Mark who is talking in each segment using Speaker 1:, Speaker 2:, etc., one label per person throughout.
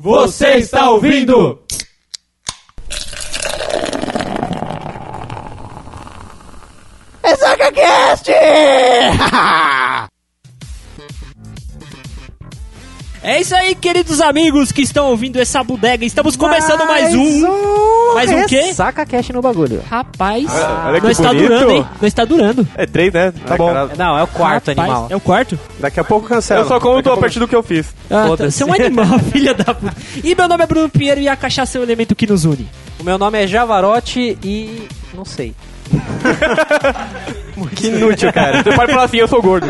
Speaker 1: Você está ouvindo?
Speaker 2: EsagaCast!
Speaker 3: É isso aí, queridos amigos que estão ouvindo essa bodega. Estamos começando mais, um. Mais um quê?
Speaker 2: É, Saca cast no bagulho.
Speaker 3: Rapaz,
Speaker 2: Ah,
Speaker 4: Olha- olha que
Speaker 3: não está
Speaker 4: bonito.
Speaker 3: durando, hein? Não está durando.
Speaker 4: É três, né? Tá bom.
Speaker 2: Não, é o quarto
Speaker 3: Rapaz,
Speaker 2: animal.
Speaker 3: É o quarto?
Speaker 4: Daqui a pouco cancela. Eu só conto a partir do que eu fiz.
Speaker 3: Ah, tá.
Speaker 2: Foda-se.
Speaker 3: Você é um animal, filha da puta. E meu nome é Bruno Pinheiro e a cachaça é o elemento que nos une.
Speaker 2: O meu nome é Javarote e. não sei.
Speaker 4: Que inútil, cara. Você pode falar assim, eu sou gordo.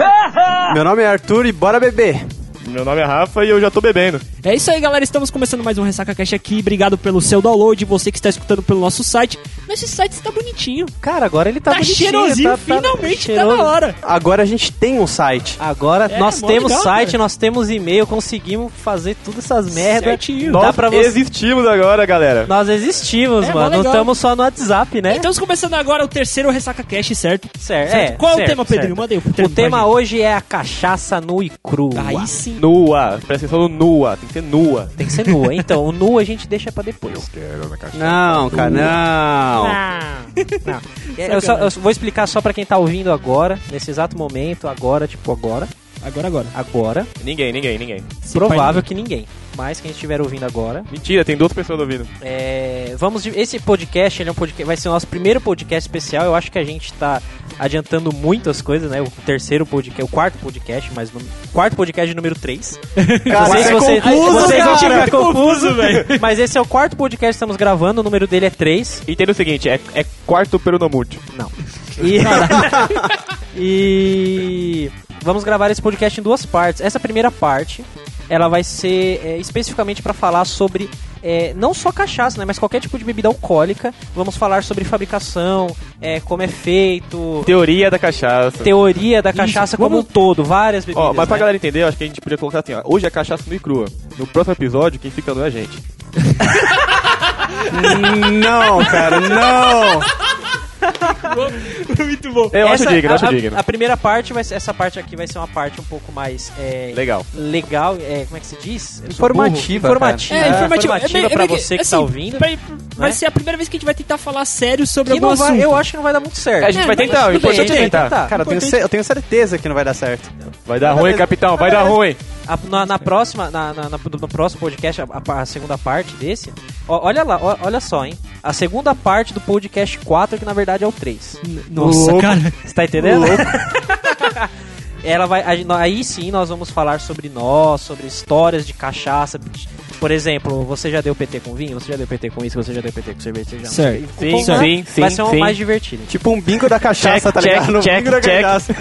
Speaker 5: Meu nome é Arthur e bora beber.
Speaker 4: Meu nome é Rafa e eu já tô bebendo.
Speaker 3: É isso aí, galera. Estamos começando mais um Ressaca Cash aqui. Obrigado pelo seu download, você que está escutando pelo nosso site. Nosso site está bonitinho.
Speaker 2: Cara, agora ele tá,
Speaker 3: Tá,
Speaker 2: bonitinho,
Speaker 3: cheirosinho,
Speaker 2: tá- tá-
Speaker 3: finalmente tá,
Speaker 2: cheiroso.
Speaker 3: na hora.
Speaker 5: Agora a gente tem um site.
Speaker 2: Agora
Speaker 3: É,
Speaker 2: nós
Speaker 3: mó
Speaker 2: temos
Speaker 3: legal,
Speaker 2: site,
Speaker 3: cara.
Speaker 2: nós temos e-mail, conseguimos fazer todas essas merdas.
Speaker 3: Certinho.
Speaker 2: Dá
Speaker 4: Nós
Speaker 2: pra você.
Speaker 4: existimos agora, galera.
Speaker 2: Nós existimos,
Speaker 3: É, mó
Speaker 2: mano. Não
Speaker 3: legal.
Speaker 2: estamos só no WhatsApp, né?
Speaker 3: Estamos começando agora o terceiro Ressaca Cash, certo?
Speaker 2: Certo.
Speaker 3: Certo.
Speaker 2: é,
Speaker 3: Qual é o
Speaker 2: certo,
Speaker 3: tema, Pedrinho?
Speaker 2: certo.
Speaker 3: Manda aí o
Speaker 2: O
Speaker 3: termo pra
Speaker 2: tema é
Speaker 3: gente.
Speaker 2: hoje é a cachaça nua e crua.
Speaker 3: Aí sim.
Speaker 4: Nua. Presta atenção no nua. Tem que ser nua.
Speaker 2: Tem que ser nua. Então, o nu a gente deixa pra depois.
Speaker 5: Não, cara,
Speaker 2: É,
Speaker 5: não.
Speaker 2: Ah. Eu, só- eu vou explicar só pra quem tá ouvindo agora, nesse exato momento, agora, tipo agora,
Speaker 3: Agora, agora.
Speaker 2: agora.
Speaker 4: Ninguém, ninguém, ninguém.
Speaker 2: provável que ninguém. Mas quem estiver ouvindo agora,
Speaker 4: Mentira, tem duas pessoas ouvindo.
Speaker 2: é, vamos. de- Esse podcast, ele é um podcast, vai ser o nosso primeiro podcast especial. Eu acho que a gente tá adiantando muitas coisas, né? O terceiro podcast, o quarto podcast, mas no, quarto podcast número 3.
Speaker 5: Cara,
Speaker 2: sei
Speaker 5: isso
Speaker 2: se
Speaker 5: é
Speaker 2: você-
Speaker 5: confuso,
Speaker 2: vocês vão
Speaker 5: cara.
Speaker 2: tirar
Speaker 3: confuso, velho.
Speaker 2: mas esse é o quarto podcast que estamos gravando, o número dele é 3.
Speaker 4: Entenda o seguinte, é, é quarto peronomútil.
Speaker 2: E, E vamos gravar esse podcast em duas partes. Essa primeira parte, ela vai ser é, especificamente para falar sobre é, não só cachaça, né, mas qualquer tipo de bebida alcoólica. Vamos falar sobre fabricação, é, como é feito,
Speaker 4: Teoria da cachaça.
Speaker 2: teoria da
Speaker 3: Isso,
Speaker 2: cachaça como um
Speaker 3: vamos-
Speaker 2: todo, várias bebidas.
Speaker 4: Ó, mas pra
Speaker 2: né?
Speaker 4: galera entender, eu acho que a gente podia colocar assim, ó. Hoje é cachaça nua e crua. No próximo episódio, quem fica nu é a gente.
Speaker 5: Não, cara, não.
Speaker 3: Muito bom.
Speaker 4: Eu
Speaker 2: Essa-
Speaker 4: acho digno, eu acho
Speaker 2: a,
Speaker 4: digno.
Speaker 2: a primeira parte, vai ser, essa parte aqui vai ser uma parte um pouco mais é,
Speaker 4: Legal.
Speaker 2: legal, é, como é que se diz? Eu sou
Speaker 5: Informativa,
Speaker 2: burro.
Speaker 5: cara.
Speaker 3: É,
Speaker 2: Informativa. informativa pra você que tá ouvindo.
Speaker 3: assim, Vai, vai
Speaker 2: né?
Speaker 3: ser a primeira vez que a gente vai tentar falar sério sobre
Speaker 2: Que
Speaker 3: algum
Speaker 2: não vai,
Speaker 3: assunto.
Speaker 2: eu acho que não vai dar muito certo.
Speaker 4: A gente
Speaker 3: É,
Speaker 4: vai
Speaker 3: mas
Speaker 4: tentar, o
Speaker 3: tudo bem,
Speaker 4: importante é
Speaker 3: a gente
Speaker 4: tentar.
Speaker 3: vai tentar.
Speaker 5: Cara, eu tenho, ce- eu tenho certeza que não vai dar certo.
Speaker 4: Vai dar ruim, capitão, vai dar ruim.
Speaker 2: A- na, na próxima, na, na- na- no próximo podcast, a, a- a segunda parte desse, ó, olha lá, ó, olha só, hein? A segunda parte do podcast 4, que na verdade é o 3.
Speaker 3: Nossa,
Speaker 5: Louco.
Speaker 3: cara.
Speaker 2: Você tá entendendo? Ela vai, a gen- aí sim nós vamos falar sobre nós, sobre histórias de cachaça. Por exemplo, você já deu PT com vinho? Você já deu PT com isso? Você já deu PT com cerveja? Você já não sei.
Speaker 3: Certo.
Speaker 2: Com- com-
Speaker 3: certo.
Speaker 4: sim,
Speaker 2: Vai ser uma mais divertida.
Speaker 5: Tipo um bingo da cachaça,
Speaker 4: Check,
Speaker 5: tá ligado?
Speaker 4: check,
Speaker 5: No
Speaker 4: check,
Speaker 5: bingo da
Speaker 4: check.
Speaker 5: cachaça.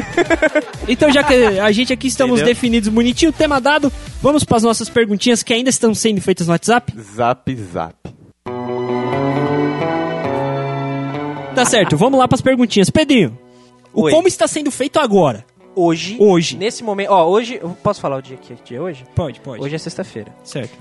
Speaker 3: Então, já que a gente aqui estamos
Speaker 4: Entendeu?
Speaker 3: definidos bonitinho, tema dado, vamos para as nossas perguntinhas que ainda estão sendo feitas no WhatsApp.
Speaker 4: Zap, zap.
Speaker 3: Tá certo, vamos lá para as perguntinhas. Pedrinho, o
Speaker 2: Oi.
Speaker 3: como está sendo feito agora?
Speaker 2: Hoje,
Speaker 3: Hoje.
Speaker 2: nesse momento, ó, hoje, eu posso falar o dia que que dia é hoje?
Speaker 3: Pode, pode.
Speaker 2: Hoje é sexta-feira.
Speaker 3: Certo.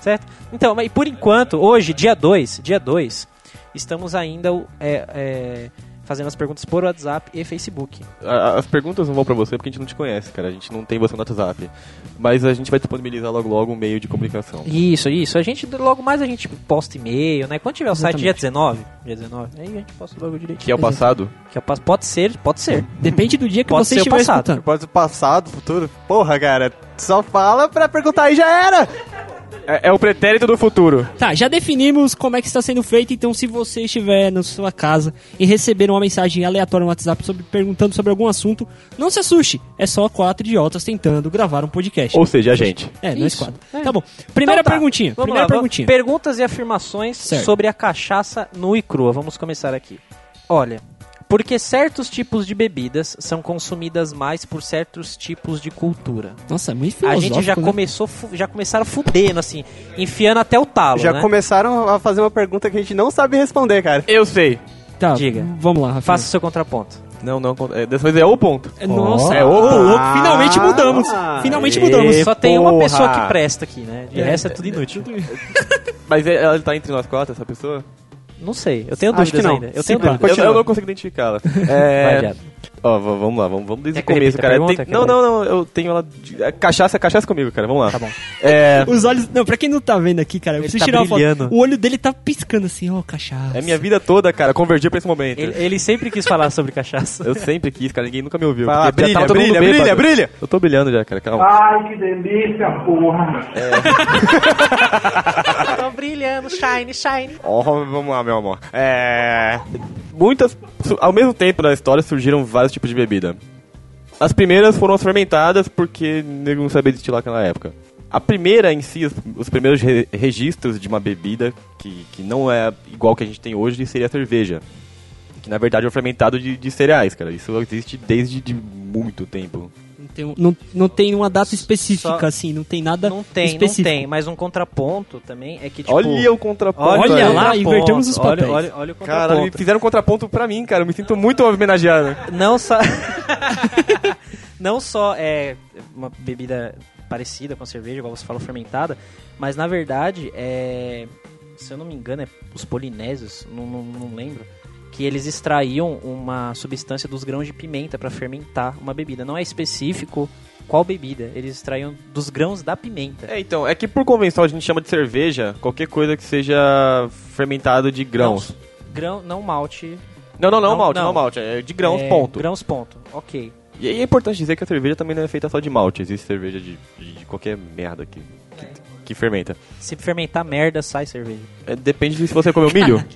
Speaker 2: Certo? Então, mas por enquanto, hoje, dia 2, dia 2, estamos ainda é, é, fazendo as perguntas por WhatsApp e Facebook.
Speaker 4: A- As perguntas não vão pra você porque a gente não te conhece, cara. A gente não tem você no WhatsApp. Mas a gente vai disponibilizar logo logo um meio de comunicação.
Speaker 2: Isso, isso. A gente, logo mais a gente posta e-mail, né? Quando tiver o site
Speaker 3: Exatamente.
Speaker 2: dia 19, dia 19, aí a gente posta logo direitinho.
Speaker 4: Que é o passado?
Speaker 2: Que é o passo- Pode ser, pode ser.
Speaker 3: Depende do dia que
Speaker 2: Pode
Speaker 3: você
Speaker 2: ser o
Speaker 3: estiver
Speaker 2: passado.
Speaker 3: escutando.
Speaker 5: Pode do passado, futuro. Porra, cara, só fala pra perguntar e já era.
Speaker 4: É, é o pretérito do futuro.
Speaker 3: Tá, já definimos como é que está sendo feito, então se você estiver na sua casa e receber uma mensagem aleatória no WhatsApp sobre, perguntando sobre algum assunto, não se assuste, é só quatro idiotas tentando gravar um podcast.
Speaker 4: Ou seja, a gente.
Speaker 3: É, nós
Speaker 2: Isso,
Speaker 3: quatro.
Speaker 2: é.
Speaker 3: Tá bom. Primeira
Speaker 2: Então tá,
Speaker 3: perguntinha.
Speaker 2: Vamos
Speaker 3: primeira
Speaker 2: lá, vamos-
Speaker 3: perguntinha.
Speaker 2: Perguntas e afirmações
Speaker 3: Certo.
Speaker 2: sobre a cachaça nua e crua. Vamos começar aqui. Olha, porque certos tipos de bebidas são consumidas mais por certos tipos de cultura.
Speaker 3: Nossa, é muito
Speaker 2: A
Speaker 3: filosófico,
Speaker 2: gente já
Speaker 3: né?
Speaker 2: começou, fu- já começaram fudendo, assim, enfiando até o talo,
Speaker 5: Já
Speaker 2: né?
Speaker 5: começaram a fazer uma pergunta que a gente não sabe responder, cara.
Speaker 4: Eu sei.
Speaker 3: Tá,
Speaker 2: Diga.
Speaker 3: vamos lá, Rafael.
Speaker 2: Faça o seu contraponto.
Speaker 4: Não, não. é, Dessa vez é o ponto.
Speaker 3: É, Nossa,
Speaker 4: É, ô,
Speaker 3: ô, louco,
Speaker 5: ah,
Speaker 3: finalmente mudamos. Finalmente mudamos.
Speaker 2: Só tem uma
Speaker 5: porra.
Speaker 2: pessoa
Speaker 3: É.
Speaker 2: é que presta aqui, né? De resto é tudo inútil.
Speaker 4: Mas é- ela tá entre nós quatro, essa pessoa?
Speaker 2: Não sei, eu tenho
Speaker 3: Acho
Speaker 2: dúvidas
Speaker 3: que não.
Speaker 2: ainda. Eu
Speaker 3: Se
Speaker 2: tenho
Speaker 3: pá.
Speaker 2: dúvidas.
Speaker 4: Eu, eu não consigo identificá-la.
Speaker 2: Tá, Vai,
Speaker 4: É.
Speaker 2: Diabo.
Speaker 4: Ó, v- vamos lá, vamos, vamos desde
Speaker 2: Quer
Speaker 4: o
Speaker 2: que eu
Speaker 4: começo,
Speaker 2: repita a
Speaker 4: cara.
Speaker 2: pergunta?
Speaker 4: Tem-
Speaker 2: Quer
Speaker 4: Não,
Speaker 2: que eu-
Speaker 4: não, não, eu tenho ela. de- é, Cachaça, cachaça comigo, cara, vamos lá.
Speaker 2: Tá bom.
Speaker 4: É.
Speaker 3: Os olhos. Não, pra quem não tá vendo aqui, cara, eu
Speaker 2: Ele
Speaker 3: preciso
Speaker 2: tá
Speaker 3: tirar uma
Speaker 2: brilhando.
Speaker 3: foto. O olho dele tá piscando assim, ó, cachaça.
Speaker 4: É minha vida toda, cara, convergir pra esse momento.
Speaker 2: Ele, ele sempre quis falar sobre cachaça.
Speaker 4: Eu sempre quis, cara, ninguém nunca me ouviu.
Speaker 5: Vai lá,
Speaker 4: porque já
Speaker 5: brilha,
Speaker 4: tava todo mundo
Speaker 5: brilha,
Speaker 4: bêbado.
Speaker 5: brilha, brilha. Ah.
Speaker 4: Eu tô brilhando já, cara, calma.
Speaker 6: Ai, que delícia, porra!
Speaker 2: Tô brilhando, shine, shine.
Speaker 4: Ó, vamos lá, meu amor. É. Muitas. su- Ao mesmo tempo na história surgiram vários tipos de bebida. As primeiras foram as fermentadas porque nego não sabia destilar naquela época. A primeira em si, os, os primeiros re- registros de uma bebida que, que não é igual que a gente tem hoje seria a cerveja. Que na verdade é um fermentado de, de cereais, cara. Isso existe desde de muito tempo.
Speaker 3: Não tem, um- não, não tem uma data específica,
Speaker 2: Só-
Speaker 3: assim, não tem nada.
Speaker 2: Não tem, não
Speaker 3: específico.
Speaker 2: tem. Mas um contraponto também é que, tipo...
Speaker 4: olha o contraponto.
Speaker 2: olha
Speaker 4: aí.
Speaker 3: lá,
Speaker 2: o contraponto,
Speaker 3: invertemos os
Speaker 2: olha-
Speaker 3: papéis.
Speaker 2: Olha, olha o
Speaker 4: Caralho, me
Speaker 2: contraponto.
Speaker 4: fizeram um contraponto pra mim, cara. Eu me sinto muito homenageado.
Speaker 2: Não só... não só é uma bebida parecida com a cerveja, igual você falou, fermentada, mas na verdade, é... se eu não me engano, é os polinésios, não, não, não lembro, que eles extraíam uma substância dos grãos de pimenta pra fermentar uma bebida. Não é específico qual bebida, eles extraíam dos grãos da pimenta.
Speaker 4: É, então, é que por convenção a gente chama de cerveja qualquer coisa que seja fermentado de grãos.
Speaker 2: Grão, não malte.
Speaker 4: Não, não, não,
Speaker 2: Não,
Speaker 4: malte, não.
Speaker 2: não.
Speaker 4: malte, é de grãos,
Speaker 2: é,
Speaker 4: ponto.
Speaker 2: Grãos, ponto. Ok.
Speaker 4: E aí é importante dizer que a cerveja também não é feita só de malte, existe cerveja de, de qualquer merda que, que, que fermenta.
Speaker 2: Se fermentar merda, sai cerveja.
Speaker 4: É, depende de se você comeu milho.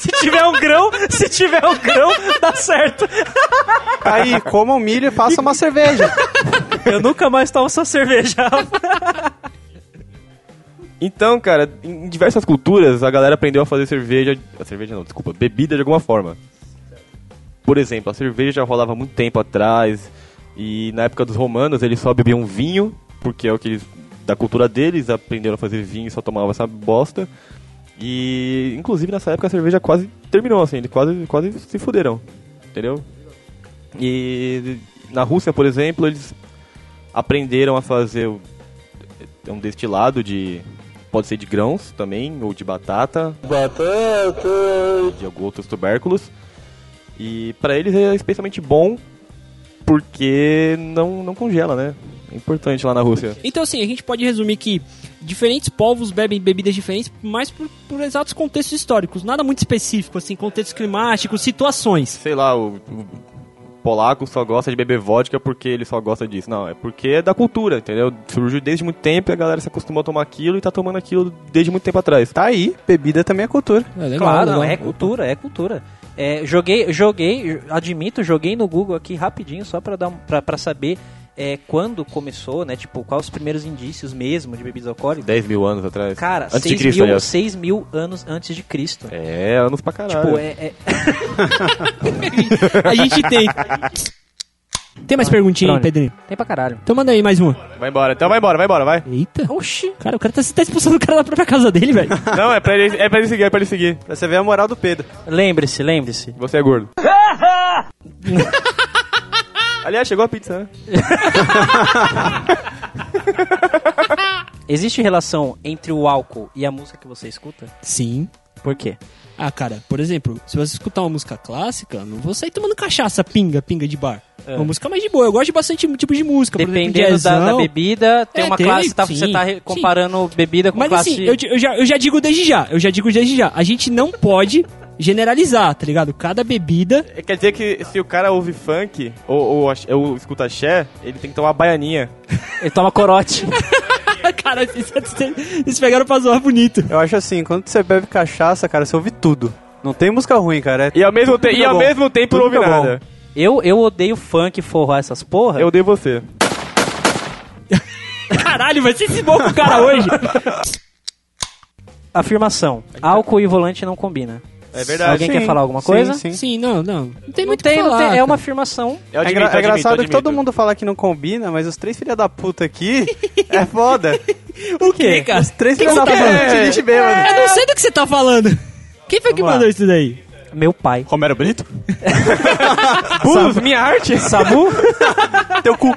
Speaker 2: Se tiver um grão, se tiver um grão, dá certo.
Speaker 5: Tá Aí, comam milho e façam uma cerveja.
Speaker 2: Eu nunca mais tomo sua cerveja.
Speaker 4: Então, cara, em em diversas culturas a galera aprendeu a fazer cerveja. a Cerveja não, desculpa, bebida de alguma forma. Por exemplo, a cerveja já rolava muito tempo atrás. E na época dos romanos eles só bebiam vinho, porque é o que eles. da cultura deles, aprenderam a fazer vinho e só tomavam essa bosta. E inclusive nessa época a cerveja quase terminou, assim, eles quase, quase se fuderam. Entendeu? E na Rússia, por exemplo, eles aprenderam a fazer o- é um destilado de. Pode ser de grãos também, ou de batata. Batata! De alguns outros tubérculos. E pra eles é especialmente bom porque não, não congela, né? É importante lá na Rússia.
Speaker 3: Então, assim, a gente pode resumir que diferentes povos bebem bebidas diferentes, mas por, por exatos contextos históricos. Nada muito específico, assim, contextos climáticos, situações.
Speaker 4: Sei lá, o, o polaco só gosta de beber vodka porque ele só gosta disso. Não, é porque é da cultura, entendeu? Surgiu desde muito tempo e a galera se acostumou a tomar aquilo e tá tomando aquilo desde muito tempo atrás.
Speaker 5: Tá aí, bebida também é cultura.
Speaker 2: claro, não, é cultura, é cultura. É, joguei, joguei, admito, joguei no Google aqui rapidinho só pra, dar, um- pra, pra saber é, quando começou, né? Tipo, quais os primeiros indícios mesmo de bebidas alcoólicas.
Speaker 4: 10 mil anos atrás.
Speaker 2: Cara,
Speaker 4: antes
Speaker 2: 6
Speaker 4: de Cristo,
Speaker 2: mil,
Speaker 4: aliás.
Speaker 2: 6 mil anos antes de Cristo.
Speaker 4: É, anos pra caralho.
Speaker 2: Tipo, é, é-
Speaker 3: A gente tem. Tem mais perguntinha aí,
Speaker 2: Drone.
Speaker 3: Pedrinho?
Speaker 2: Tem pra caralho.
Speaker 3: Então manda aí mais uma.
Speaker 4: Vai embora, então vai embora, vai embora, vai.
Speaker 3: Eita.
Speaker 2: Oxi.
Speaker 3: Cara, o cara tá, você tá expulsando o cara da própria casa dele, velho.
Speaker 4: Não, é pra ele, é pra ele seguir, é pra ele seguir.
Speaker 5: Pra você ver a moral do Pedro.
Speaker 2: Lembre-se, lembre-se.
Speaker 4: Você é gordo. Aliás, chegou a pizza, né?
Speaker 2: Existe relação entre o álcool e a música que você escuta?
Speaker 3: Sim.
Speaker 2: Por quê?
Speaker 3: Ah, cara, por exemplo, se você escutar uma música clássica, eu não vou sair tomando cachaça, pinga, pinga de bar. É. Uma música mais de boa. Eu gosto de bastante tipo de música, por exemplo,
Speaker 2: Dependendo da- da,
Speaker 3: jazzão.
Speaker 2: bebida, tem
Speaker 3: É,
Speaker 2: uma
Speaker 3: tem,
Speaker 2: classe, tá-
Speaker 3: sim,
Speaker 2: você tá re-
Speaker 3: sim.
Speaker 2: comparando bebida com
Speaker 3: Mas
Speaker 2: classe...
Speaker 3: assim, eu, di- eu já, eu já digo desde já, eu já digo desde já, a gente não pode generalizar, tá ligado? Cada bebida...
Speaker 4: É, Quer dizer que se o cara ouve funk ou, ou, ax- ou escuta axé, ele tem que tomar baianinha.
Speaker 2: Ele toma corote.
Speaker 3: cara, vocês- vocês vocês pegaram pra zoar bonito.
Speaker 5: Eu acho assim, quando você bebe cachaça, cara, você ouve tudo. Não tem música ruim, cara. É
Speaker 4: E ao mesmo, te
Speaker 5: Tudo
Speaker 4: e ao
Speaker 2: Tá
Speaker 5: bom.
Speaker 4: mesmo tempo não
Speaker 5: Tudo
Speaker 4: ouve
Speaker 5: bom.
Speaker 4: nada.
Speaker 2: eu, eu odeio funk, forró, essas porra.
Speaker 4: Eu odeio você.
Speaker 3: Caralho, vai ser esse bom com o cara hoje.
Speaker 2: Afirmação, álcool e volante não combina.
Speaker 4: É verdade.
Speaker 2: Alguém quer
Speaker 5: Sim,
Speaker 2: falar alguma
Speaker 5: sim,
Speaker 2: coisa?
Speaker 5: sim.
Speaker 3: Sim, não, não. Não tem
Speaker 2: Não
Speaker 3: muito o
Speaker 2: tem,
Speaker 3: que
Speaker 2: não
Speaker 3: falar.
Speaker 2: tem, é
Speaker 3: cara.
Speaker 2: uma afirmação.
Speaker 4: Eu
Speaker 5: é
Speaker 4: admito,
Speaker 5: engra-
Speaker 4: eu
Speaker 5: é engraçado
Speaker 4: admito, eu
Speaker 5: que todo
Speaker 4: admito.
Speaker 5: mundo fala que não combina, mas os três filha da puta aqui é foda.
Speaker 3: O quê, cara?
Speaker 5: Os três
Speaker 3: O que
Speaker 5: filha
Speaker 3: que
Speaker 5: da
Speaker 3: você tá
Speaker 5: puta
Speaker 3: falando?
Speaker 5: te
Speaker 4: É.
Speaker 5: lixem bem, mano.
Speaker 3: Eu não sei do que você tá falando. Quem foi que
Speaker 5: Vamos lá.
Speaker 3: mandou isso daí?
Speaker 2: Meu pai.
Speaker 5: Romero Brito?
Speaker 4: Bus, minha arte!
Speaker 2: Samu?
Speaker 5: Teu cu.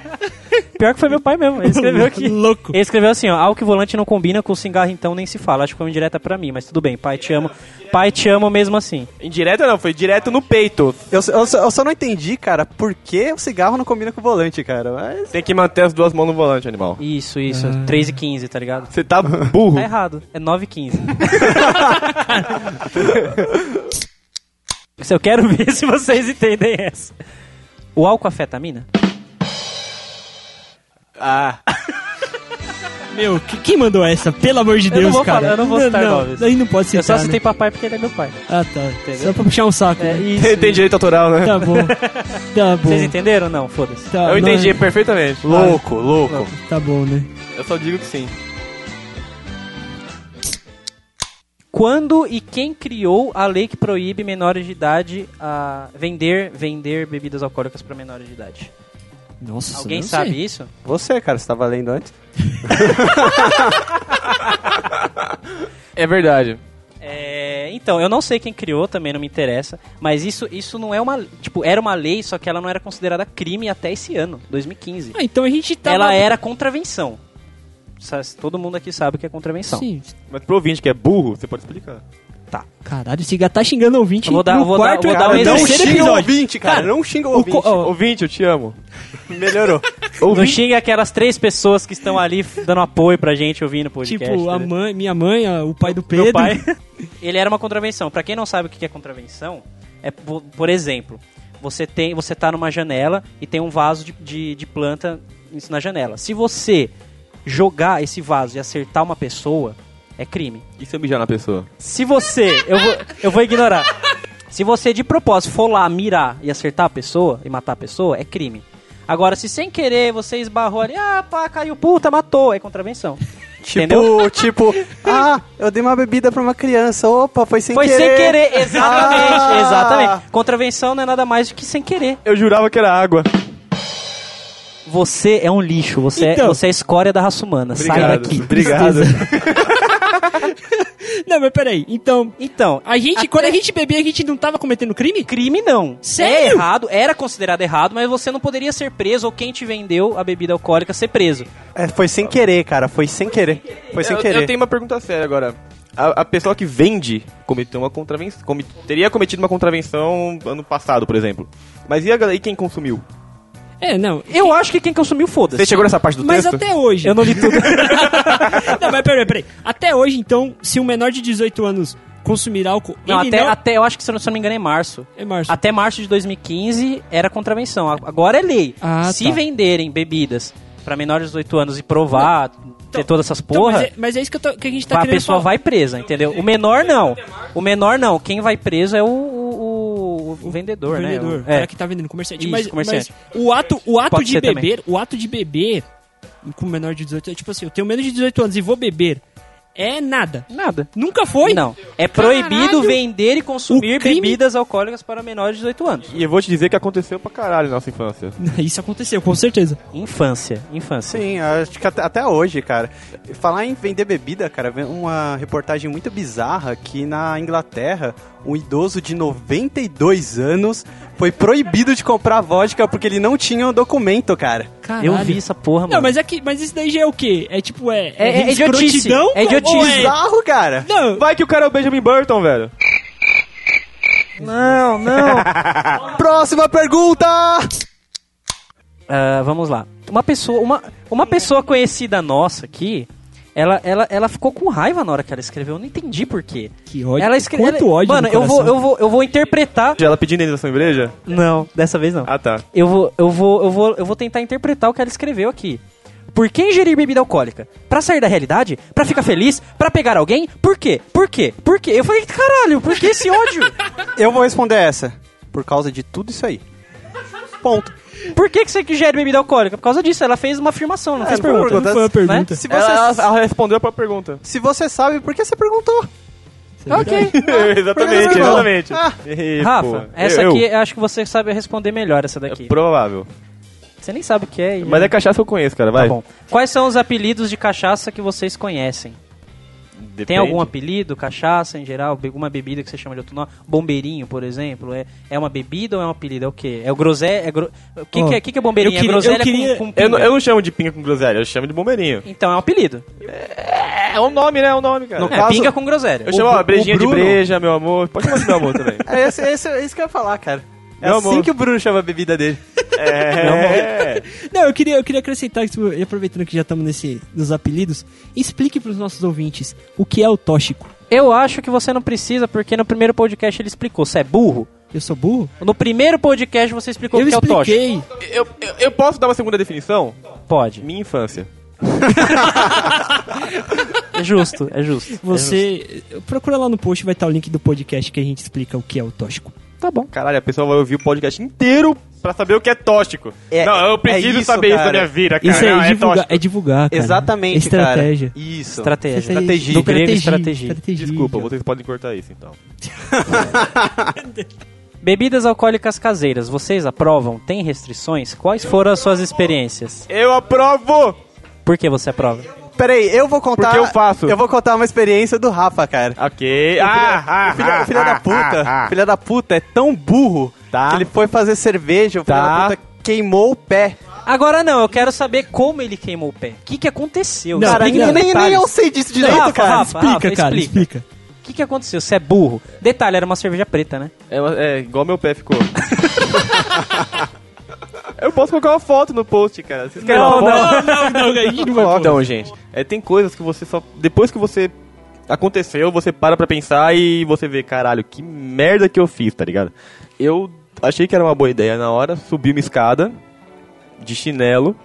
Speaker 2: Pior que foi meu pai mesmo. Ele escreveu aqui.
Speaker 3: Louco.
Speaker 2: Ele escreveu assim, ó, álcool e volante não combina com cigarro então nem se fala. Acho que foi uma indireta pra mim, mas tudo bem. Pai, te amo. Pai, te amo mesmo assim.
Speaker 4: É. Indireto não, foi direto no peito.
Speaker 5: Eu, só- eu só- eu só não entendi, cara, por que o cigarro não combina com o volante, cara. Mas.
Speaker 4: Tem que manter as duas mãos no volante, animal.
Speaker 2: Isso, isso.
Speaker 4: Ah.
Speaker 2: 3 e 15, tá ligado?
Speaker 4: Você tá burro.
Speaker 2: Tá errado. É 9 e 15. Eu quero ver se vocês entendem essa. O álcool afeta a mina?
Speaker 4: Ah,
Speaker 3: Meu, que- quem mandou essa? Pelo amor de
Speaker 2: Eu
Speaker 3: Deus,
Speaker 2: não vou
Speaker 3: cara.
Speaker 2: falar, eu não vou citar nomes.
Speaker 3: Daí não pode citar.
Speaker 2: Eu só
Speaker 3: né?
Speaker 2: citei papai porque ele é meu pai.
Speaker 3: Ah, tá. Só pra puxar um saco.
Speaker 2: É,
Speaker 3: né?
Speaker 2: isso,
Speaker 4: tem
Speaker 2: isso.
Speaker 4: direito autoral, né?
Speaker 3: Tá bom. Tá bom.
Speaker 2: Vocês entenderam? Não, foda-se.
Speaker 3: Tá,
Speaker 4: Eu
Speaker 3: não,
Speaker 4: entendi perfeitamente.
Speaker 5: Louco, louco.
Speaker 3: Tá bom, né?
Speaker 4: Eu só digo que sim.
Speaker 2: Quando e quem criou a lei que proíbe menores de idade a vender, vender bebidas alcoólicas para menores de idade?
Speaker 3: Nossa, isso eu
Speaker 2: Alguém
Speaker 3: não
Speaker 2: sabe
Speaker 3: sei.
Speaker 2: isso?
Speaker 5: Você, cara, você tava lendo antes?
Speaker 4: É verdade.
Speaker 2: É, então, eu não sei quem criou, também não me interessa, mas isso, isso não é uma, tipo, era uma lei, só que ela não era considerada crime até esse ano, 2015.
Speaker 3: Ah, então a gente tá.
Speaker 2: Ela é era contravenção. Sa- Todo mundo aqui sabe o que é contravenção.
Speaker 3: Sim.
Speaker 4: Mas pro ouvinte que é burro, você pode explicar.
Speaker 3: Caralho, esse gato tá xingando o ouvinte.
Speaker 2: Eu vou dar-
Speaker 3: no
Speaker 2: eu vou dar-
Speaker 3: quarto
Speaker 2: eu vou dar um
Speaker 3: episódio.
Speaker 2: exemplo.
Speaker 3: Terceiro
Speaker 5: xinga o
Speaker 3: episódio.
Speaker 5: ouvinte, cara. Não xinga o ouvinte.
Speaker 3: co- ó.
Speaker 4: Ouvinte, eu te amo.
Speaker 5: Melhorou.
Speaker 2: Não
Speaker 4: Ouvinte,
Speaker 2: xinga aquelas três pessoas que estão ali f- dando apoio pra gente ouvindo o podcast.
Speaker 3: Tipo, a
Speaker 2: entendeu?
Speaker 3: mãe, minha mãe, a- o pai do Pedro.
Speaker 2: Meu pai, ele era uma contravenção. Pra quem não sabe o que é contravenção, é po- por exemplo, você tem, você tá numa janela e tem um vaso de, de, de planta na janela. Se você jogar esse vaso e acertar uma pessoa, é crime.
Speaker 4: e se eu mijar na pessoa?
Speaker 2: Se você, eu vou, eu vou ignorar. Se você de propósito for lá mirar e acertar a pessoa e matar a pessoa, é crime. Agora, se sem querer você esbarrou ali, ah, pá, caiu, puta, matou, é contravenção.
Speaker 5: Tipo, tipo, ah, eu dei uma bebida pra uma criança. Opa, foi sem
Speaker 2: Foi
Speaker 5: querer.
Speaker 2: sem querer, exatamente,
Speaker 5: Ah.
Speaker 2: exatamente. Contravenção não é nada mais do que sem querer.
Speaker 4: Eu jurava que era água.
Speaker 2: Você é um lixo, você, é,
Speaker 3: Então.
Speaker 2: você é a escória da raça humana, sai daqui.
Speaker 4: Obrigado.
Speaker 3: Não, mas peraí. Então,
Speaker 2: Então,
Speaker 3: a gente,
Speaker 2: Até-
Speaker 3: quando a gente bebia, a gente não tava cometendo crime?
Speaker 2: crime não. É
Speaker 3: Sério?
Speaker 2: errado, era considerado errado, mas você não poderia ser preso ou quem te vendeu a bebida alcoólica ser preso.
Speaker 5: É, foi sem querer, cara. Foi sem querer. Foi sem
Speaker 4: É, eu,
Speaker 5: querer.
Speaker 4: eu tenho uma pergunta séria agora. A, a pessoa que vende cometeu uma contravenção. teria cometido uma contravenção ano passado, por exemplo. Mas e, a, galera- e quem consumiu?
Speaker 3: É, não.
Speaker 2: Eu acho que quem consumiu, foda-se.
Speaker 4: Você chegou nessa parte do
Speaker 3: Mas
Speaker 4: texto?
Speaker 3: até hoje.
Speaker 2: Eu não li tudo.
Speaker 3: Não, mas peraí, peraí. Até hoje, então, se um menor de 18 anos consumir álcool,
Speaker 2: Não,
Speaker 3: ele
Speaker 2: até,
Speaker 3: não...
Speaker 2: até, eu acho que se eu não, se eu não me engano é em março.
Speaker 3: É março.
Speaker 2: Até março de 2015 era contravenção. A- Agora é lei.
Speaker 3: Ah,
Speaker 2: Se
Speaker 3: tá.
Speaker 2: venderem bebidas pra menores de 18 anos e provar, ter todas essas
Speaker 3: Então,
Speaker 2: porra,
Speaker 3: mas, é, mas é isso que, eu tô- que a gente tá
Speaker 2: a
Speaker 3: querendo
Speaker 2: pessoa
Speaker 3: falar. Então, é
Speaker 2: vai presa, entendeu? O menor não. O menor não. Quem vai preso é o, o- o- o vendedor, né?
Speaker 3: vendedor,
Speaker 2: O-
Speaker 3: o
Speaker 2: é.
Speaker 3: cara que tá vendendo, comerciante.
Speaker 2: Isso,
Speaker 3: mas,
Speaker 2: comerciante.
Speaker 3: mas o ato, o ato
Speaker 2: Pode
Speaker 3: de
Speaker 2: ser
Speaker 3: beber,
Speaker 2: também.
Speaker 3: o ato de beber com menor de 18 anos, tipo assim, eu tenho menos de 18 anos e vou beber, é nada.
Speaker 2: Nada.
Speaker 3: Nunca foi?
Speaker 2: Não. É
Speaker 3: Caralho.
Speaker 2: proibido vender e consumir
Speaker 3: O crime-
Speaker 2: bebidas alcoólicas para menores de 18 anos.
Speaker 4: E eu vou te dizer que aconteceu pra caralho na nossa infância.
Speaker 3: Isso aconteceu, com certeza.
Speaker 2: Infância. Infância.
Speaker 5: Sim, acho que até, até hoje, cara. Falar em vender bebida, cara, vem uma reportagem muito bizarra que na Inglaterra, um idoso de 92 anos foi proibido de comprar vodka porque ele não tinha um documento, cara.
Speaker 3: Caralho.
Speaker 2: Eu vi essa porra, mano.
Speaker 3: Não, mas é que, mas isso daí já é o quê? É tipo, é...
Speaker 2: É- é idiotice.
Speaker 3: escrotidão?
Speaker 2: É
Speaker 3: Ou
Speaker 2: idiotice.
Speaker 5: Bizarro, cara.
Speaker 3: Não,
Speaker 4: Vai que o cara é o Benjamin Burton, velho.
Speaker 2: Não, não.
Speaker 5: Próxima pergunta!
Speaker 2: Ah, vamos lá. Uma pessoa, uma, uma pessoa conhecida nossa aqui, ela, ela, ela ficou com raiva na hora que ela escreveu. Eu não entendi por quê.
Speaker 3: Que ódio.
Speaker 2: Ela escreveu.
Speaker 3: Quanto ódio
Speaker 2: Mano,
Speaker 3: no
Speaker 2: eu vou,
Speaker 3: coração.
Speaker 2: eu vou, eu vou interpretar.
Speaker 4: Ela pediu indenização em igreja?
Speaker 2: Não, dessa vez não.
Speaker 4: Ah, tá.
Speaker 2: Eu vou, eu vou, eu vou, eu vou tentar interpretar o que ela escreveu aqui. Por que ingerir bebida alcoólica? Pra sair da realidade? Pra ficar feliz? Pra pegar alguém? Por quê? Por quê? Por quê? Eu falei, caralho, por que esse ódio?
Speaker 5: Eu vou responder essa. Por causa de tudo isso aí. Ponto.
Speaker 2: Por que, que você ingere bebida alcoólica? Por causa disso, ela fez uma afirmação, não
Speaker 5: É,
Speaker 2: fez
Speaker 5: não foi uma
Speaker 2: pergunta. Né?
Speaker 5: pergunta,
Speaker 3: foi uma pergunta.
Speaker 5: Se você,
Speaker 4: Ela, ela- ela respondeu a própria pergunta.
Speaker 5: se você sabe, por que você perguntou? Ah,
Speaker 2: Ok.
Speaker 5: Por
Speaker 4: exatamente,
Speaker 5: que não?
Speaker 4: exatamente.
Speaker 5: Ah.
Speaker 4: Ih,
Speaker 2: Rafa,
Speaker 4: pô.
Speaker 2: essa
Speaker 4: Eu-
Speaker 2: aqui eu acho que você sabe responder melhor essa
Speaker 4: É
Speaker 2: daqui.
Speaker 4: provável.
Speaker 2: Você nem sabe o que é. e-
Speaker 4: Mas é cachaça que eu conheço, cara, vai.
Speaker 2: Tá bom. Quais são os apelidos de cachaça que vocês conhecem? Tem algum apelido? Cachaça em geral? Be- Alguma bebida que você chama de outro nome? Bombeirinho, por exemplo? É, é uma bebida ou é um apelido? É o quê? É o groselha? É gro... O que,
Speaker 3: Ó,
Speaker 2: que é, que que é bombeirinho?
Speaker 3: eu queria-
Speaker 2: é groselha
Speaker 3: eu queria-
Speaker 2: com, com pinga.
Speaker 4: Eu, não- eu não chamo de pinga com groselha, eu chamo de bombeirinho.
Speaker 2: Então é um apelido.
Speaker 4: É um nome, né? É um nome, cara.
Speaker 5: No
Speaker 2: É
Speaker 5: caso-
Speaker 2: pinga com groselha.
Speaker 4: Eu chamo, ó,
Speaker 5: Bru-
Speaker 4: brejinha
Speaker 5: o
Speaker 4: de
Speaker 5: Bruno-
Speaker 4: breja, meu amor. Pode chamar de meu amor também.
Speaker 5: É, esse, esse, é isso que eu ia falar, cara. É
Speaker 4: Meu
Speaker 5: assim
Speaker 4: amor.
Speaker 5: que o Bruno chama a bebida dele.
Speaker 4: É.
Speaker 3: Não, eu queria, eu queria acrescentar, que, e aproveitando que já estamos nesse, nos apelidos, explique para os nossos ouvintes o que é o tóxico.
Speaker 2: Eu acho que você não precisa, porque no primeiro podcast ele explicou. Você é burro?
Speaker 3: Eu sou burro?
Speaker 2: No primeiro podcast você explicou
Speaker 3: eu
Speaker 2: o que é o tóxico.
Speaker 3: expliquei.
Speaker 4: Eu, eu, eu posso dar uma segunda definição?
Speaker 2: Pode.
Speaker 4: Minha infância.
Speaker 2: É justo, é justo.
Speaker 3: Você
Speaker 2: É,
Speaker 3: procura lá no post, vai estar o link do podcast que a gente explica o que é o tóxico.
Speaker 2: Tá bom.
Speaker 4: Caralho, a pessoa vai ouvir o podcast inteiro pra saber o que é tóxico.
Speaker 5: É-
Speaker 4: não, eu preciso
Speaker 5: é isso,
Speaker 4: saber isso da
Speaker 5: cara.
Speaker 4: minha vida, cara.
Speaker 3: Isso
Speaker 4: não,
Speaker 3: é,
Speaker 4: é
Speaker 3: divulgar,
Speaker 4: tóxico.
Speaker 3: é divulgar, cara. É
Speaker 5: Exatamente,
Speaker 3: Estratégia. é
Speaker 5: cara. Isso.
Speaker 2: É, Estratégia.
Speaker 5: Estratégia.
Speaker 2: Do grego, estratégia.
Speaker 4: Desculpa, vocês podem cortar isso então.
Speaker 2: Bebidas alcoólicas caseiras, vocês aprovam? Tem restrições? Quais foram as suas experiências?
Speaker 4: Eu aprovo!
Speaker 2: Por que você aprova?
Speaker 5: Peraí, eu vou contar.
Speaker 4: Porque eu faço.
Speaker 5: Eu vou contar uma experiência do Rafa, cara.
Speaker 4: Ok. Ah, ah,
Speaker 5: O filho,
Speaker 4: ah,
Speaker 5: o filho
Speaker 4: ah,
Speaker 5: da puta,
Speaker 4: ah, ah.
Speaker 5: filha da puda é tão burro
Speaker 4: Tá.
Speaker 5: que ele foi fazer cerveja, o filho
Speaker 4: Tá.
Speaker 5: da puta queimou o pé.
Speaker 2: Agora não, eu quero saber como ele queimou o pé. O que, que aconteceu?
Speaker 3: Não,
Speaker 2: Explica
Speaker 5: Cara,
Speaker 3: explica
Speaker 5: nem,
Speaker 2: em
Speaker 5: nem, nem
Speaker 2: detalhes.
Speaker 5: eu sei disso direito,
Speaker 2: Rafa,
Speaker 5: cara.
Speaker 2: Rafa,
Speaker 3: Explica, cara, explica.
Speaker 2: O que, que aconteceu? Você é burro. Detalhe, era uma cerveja preta, né?
Speaker 4: É, uma- é, igual meu pé ficou. Eu posso colocar uma foto no post, cara. Vocês querem uma foto?
Speaker 3: não, não, a gente não vai pôr.
Speaker 4: Então, gente, é, tem coisas que você só. Depois que você aconteceu, você para pra pensar e você vê, caralho, que merda que eu fiz, tá ligado? Eu achei que era uma boa ideia na hora, subi uma escada de chinelo,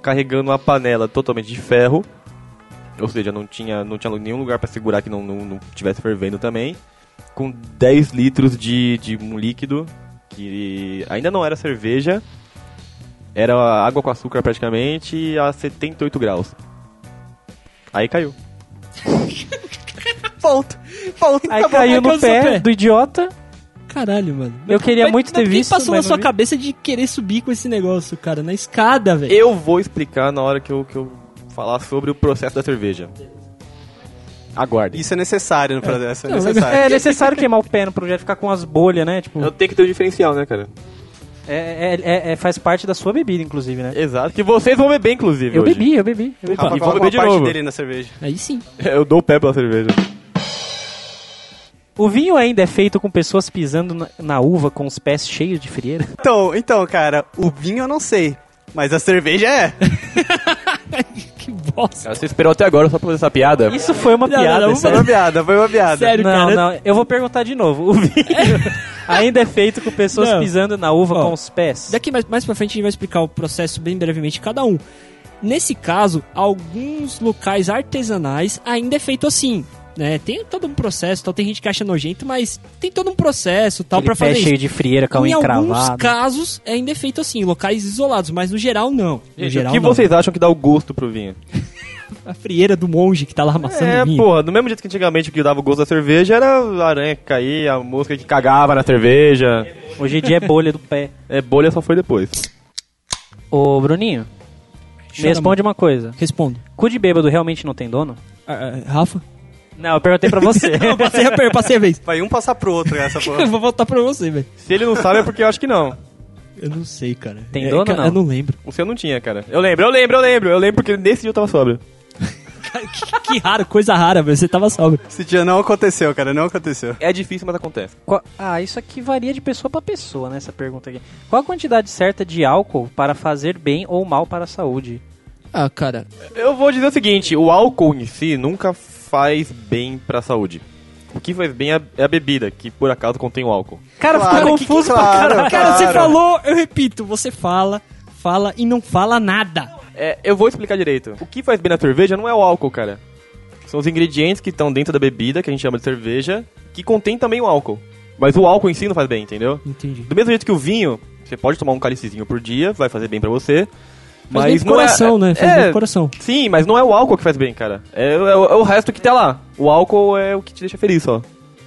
Speaker 4: carregando uma panela totalmente de ferro. Ou seja, não tinha, não tinha nenhum lugar pra segurar que não, não, não tivesse fervendo também. Com 10 litros de, de um líquido que ainda não era cerveja, era água com açúcar praticamente a 78 graus. Aí caiu.
Speaker 5: Ponto. Ponto.
Speaker 2: Aí
Speaker 5: acabou.
Speaker 2: caiu no
Speaker 3: acabou
Speaker 2: pé,
Speaker 3: seu pé.
Speaker 2: do idiota.
Speaker 3: Caralho, mano.
Speaker 2: Eu queria muito ter
Speaker 3: quem
Speaker 2: visto,
Speaker 3: passou na
Speaker 2: mas não
Speaker 3: sua
Speaker 2: vi.
Speaker 3: cabeça de querer subir com esse negócio, cara? Na escada, velho.
Speaker 4: Eu vou explicar na hora que eu, que eu falar sobre o processo da cerveja. Aguarde.
Speaker 5: Isso é necessário no processo, é,
Speaker 3: Não,
Speaker 5: necessário.
Speaker 2: É necessário queimar o pé no projeto, ficar com as bolhas, né? Tipo,
Speaker 4: tenho que ter o diferencial, né, cara?
Speaker 2: é, é- é- é- faz parte da sua bebida, inclusive, né?
Speaker 4: Exato. Que vocês vão beber, inclusive.
Speaker 2: Eu
Speaker 4: hoje.
Speaker 2: bebi, eu bebi. Eu bebi.
Speaker 5: Rafa,
Speaker 4: E vamos
Speaker 5: coloca
Speaker 4: beber
Speaker 5: uma
Speaker 4: de
Speaker 5: parte
Speaker 4: novo.
Speaker 5: dele na cerveja.
Speaker 3: Aí sim.
Speaker 4: Eu dou o pé pela cerveja.
Speaker 2: O vinho ainda é feito com pessoas pisando na, na uva com os pés cheios de frieira.
Speaker 5: Então, então, cara, o vinho eu não sei, mas a cerveja é.
Speaker 3: Que bosta.
Speaker 4: você esperou até agora só pra fazer essa piada?
Speaker 2: Isso foi uma
Speaker 3: Não,
Speaker 2: piada.
Speaker 4: Então,
Speaker 3: não, não,
Speaker 2: isso
Speaker 5: Foi
Speaker 2: é-
Speaker 5: uma piada, foi uma piada.
Speaker 3: Sério,
Speaker 2: não,
Speaker 3: cara.
Speaker 2: não, eu vou perguntar de novo. O vinho ainda é feito com pessoas
Speaker 3: Não.
Speaker 2: pisando na uva
Speaker 3: Ó,
Speaker 2: com os pés.
Speaker 3: Daqui mais, mais pra frente a gente vai explicar o processo bem brevemente de cada um. Nesse caso, alguns locais artesanais ainda é feito assim. Né? Tem todo um processo, tal, tem gente que acha nojento, mas tem todo um processo tal
Speaker 2: Aquele
Speaker 3: para
Speaker 2: pé
Speaker 3: fazer
Speaker 2: cheio
Speaker 3: isso.
Speaker 2: de frieira, cão
Speaker 3: em alguns
Speaker 2: encravado.
Speaker 3: casos ainda é feito assim, em locais isolados, mas no geral não. No
Speaker 4: o
Speaker 3: geral,
Speaker 4: que
Speaker 3: não.
Speaker 4: vocês acham que dá o gosto pro vinho?
Speaker 3: A frieira do monge que tá lá amassando
Speaker 4: É,
Speaker 3: vinho.
Speaker 4: porra, do mesmo jeito que antigamente o que dava o gosto da cerveja era a aranha que caía, a mosca que cagava na cerveja.
Speaker 2: Hoje em dia é bolha do pé.
Speaker 4: É, bolha só foi depois.
Speaker 2: Ô, Bruninho, me
Speaker 3: Chora,
Speaker 2: responde uma coisa.
Speaker 3: Respondo.
Speaker 2: Cu de bêbado realmente não tem dono?
Speaker 3: Ah, ah, Rafa?
Speaker 2: Não, eu perguntei pra você.
Speaker 3: Eu passei a, eu passei a vez.
Speaker 5: Vai um passar pro outro essa porra.
Speaker 3: Eu vou voltar pra você, velho.
Speaker 4: Se ele não sabe é porque eu acho que não.
Speaker 3: Eu não sei, cara.
Speaker 2: Tem
Speaker 3: É,
Speaker 2: dono ou
Speaker 3: cara,
Speaker 2: não?
Speaker 3: Eu não lembro.
Speaker 4: O seu não tinha, cara. Eu lembro, eu lembro, eu lembro. Eu lembro porque nesse dia eu tava sóbrio.
Speaker 3: que, que raro, coisa rara, velho. Você tava salvo.
Speaker 5: Esse dia não aconteceu, cara, não aconteceu.
Speaker 4: É difícil, mas acontece.
Speaker 2: Qual- Ah, isso aqui varia de pessoa pra pessoa, né? Essa pergunta aqui. Qual a quantidade certa de álcool para fazer bem ou mal para a saúde?
Speaker 3: Ah, cara.
Speaker 4: Eu vou dizer o seguinte, o álcool em si nunca faz bem pra saúde. O que faz bem é a- é a bebida, que por acaso contém o álcool.
Speaker 2: Cara,
Speaker 5: Claro
Speaker 2: ficou
Speaker 5: que-
Speaker 2: confuso pra
Speaker 5: claro,
Speaker 2: caralho.
Speaker 3: Cara, você
Speaker 5: Claro.
Speaker 3: falou, eu repito, você fala, fala e não fala nada.
Speaker 4: É, eu vou explicar direito. O que faz bem na cerveja não é o álcool, cara. São os ingredientes que estão dentro da bebida, que a gente chama de cerveja, que contém também o álcool. Mas o álcool em si não faz bem, entendeu?
Speaker 3: Entendi.
Speaker 4: Do mesmo jeito que o vinho, você pode tomar um cálicezinho por dia, vai fazer bem pra você.
Speaker 3: Faz bem
Speaker 4: Mas
Speaker 3: pro
Speaker 4: não é-
Speaker 3: coração, né? Faz
Speaker 4: é,
Speaker 3: bem pro coração.
Speaker 4: Sim, mas não é o álcool que faz bem, cara. É, é o- é o resto que tá lá. O álcool é o que te deixa feliz, só.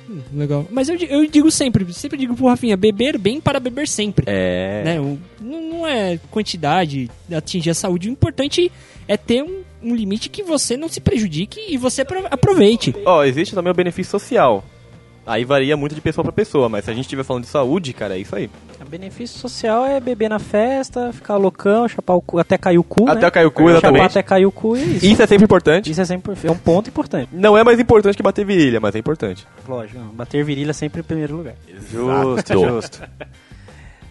Speaker 3: Hum, legal. Mas eu, di- eu digo sempre, sempre digo pro Rafinha, beber bem para beber sempre.
Speaker 4: É.
Speaker 3: Né? O- não, não é quantidade, atingir a saúde. O importante é ter um um limite que você não se prejudique e você apro- aproveite.
Speaker 4: Ó, existe também o benefício social. Aí varia muito de pessoa pra pessoa, mas se a gente estiver falando de saúde, cara, é isso aí.
Speaker 2: Benefício social é beber na festa, ficar loucão, chapar o cu, até cair o cu,
Speaker 4: Até
Speaker 2: né?
Speaker 4: cair o cu,
Speaker 2: Chapar
Speaker 4: exatamente.
Speaker 2: até cair o cu e é isso.
Speaker 4: Isso é sempre importante.
Speaker 2: Isso é sempre é um ponto importante.
Speaker 4: Não é mais importante que bater virilha, mas é importante.
Speaker 2: Lógico, não, bater virilha é sempre em primeiro lugar.
Speaker 5: Justo, justo.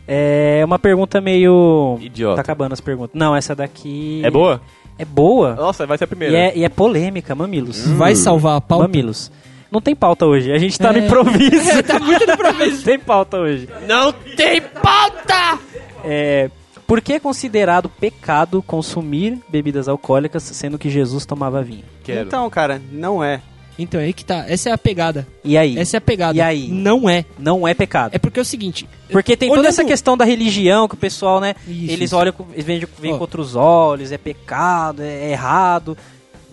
Speaker 2: É uma pergunta meio.
Speaker 4: Idiota.
Speaker 2: Tá acabando as perguntas. Não, essa daqui.
Speaker 4: É boa?
Speaker 2: É boa.
Speaker 4: Nossa, vai ser a
Speaker 2: E
Speaker 4: primeira.
Speaker 2: é, e é polêmica, mamilos.
Speaker 3: Hum.
Speaker 4: Hum.
Speaker 3: Vai salvar a pauta.
Speaker 2: Mamilos. Não tem pauta hoje, a gente tá no
Speaker 3: É.
Speaker 2: improviso. tá muito no improviso. tem pauta hoje.
Speaker 4: Não tem pauta!
Speaker 2: É, por que é considerado pecado consumir bebidas alcoólicas, sendo que Jesus tomava vinho?
Speaker 4: Quero.
Speaker 5: Então, cara, não é.
Speaker 3: Então é aí que tá. Essa é a pegada.
Speaker 2: E aí?
Speaker 3: Essa é a pegada.
Speaker 2: E aí?
Speaker 3: Não é.
Speaker 2: Não é pecado.
Speaker 3: É porque é o seguinte.
Speaker 2: Porque tem
Speaker 3: Olhando-
Speaker 2: toda essa questão da religião que o pessoal, né?
Speaker 3: Isso,
Speaker 2: eles
Speaker 3: isso.
Speaker 2: olham, com- eles veem, veem
Speaker 3: Ó.
Speaker 2: com outros olhos, é pecado, é errado.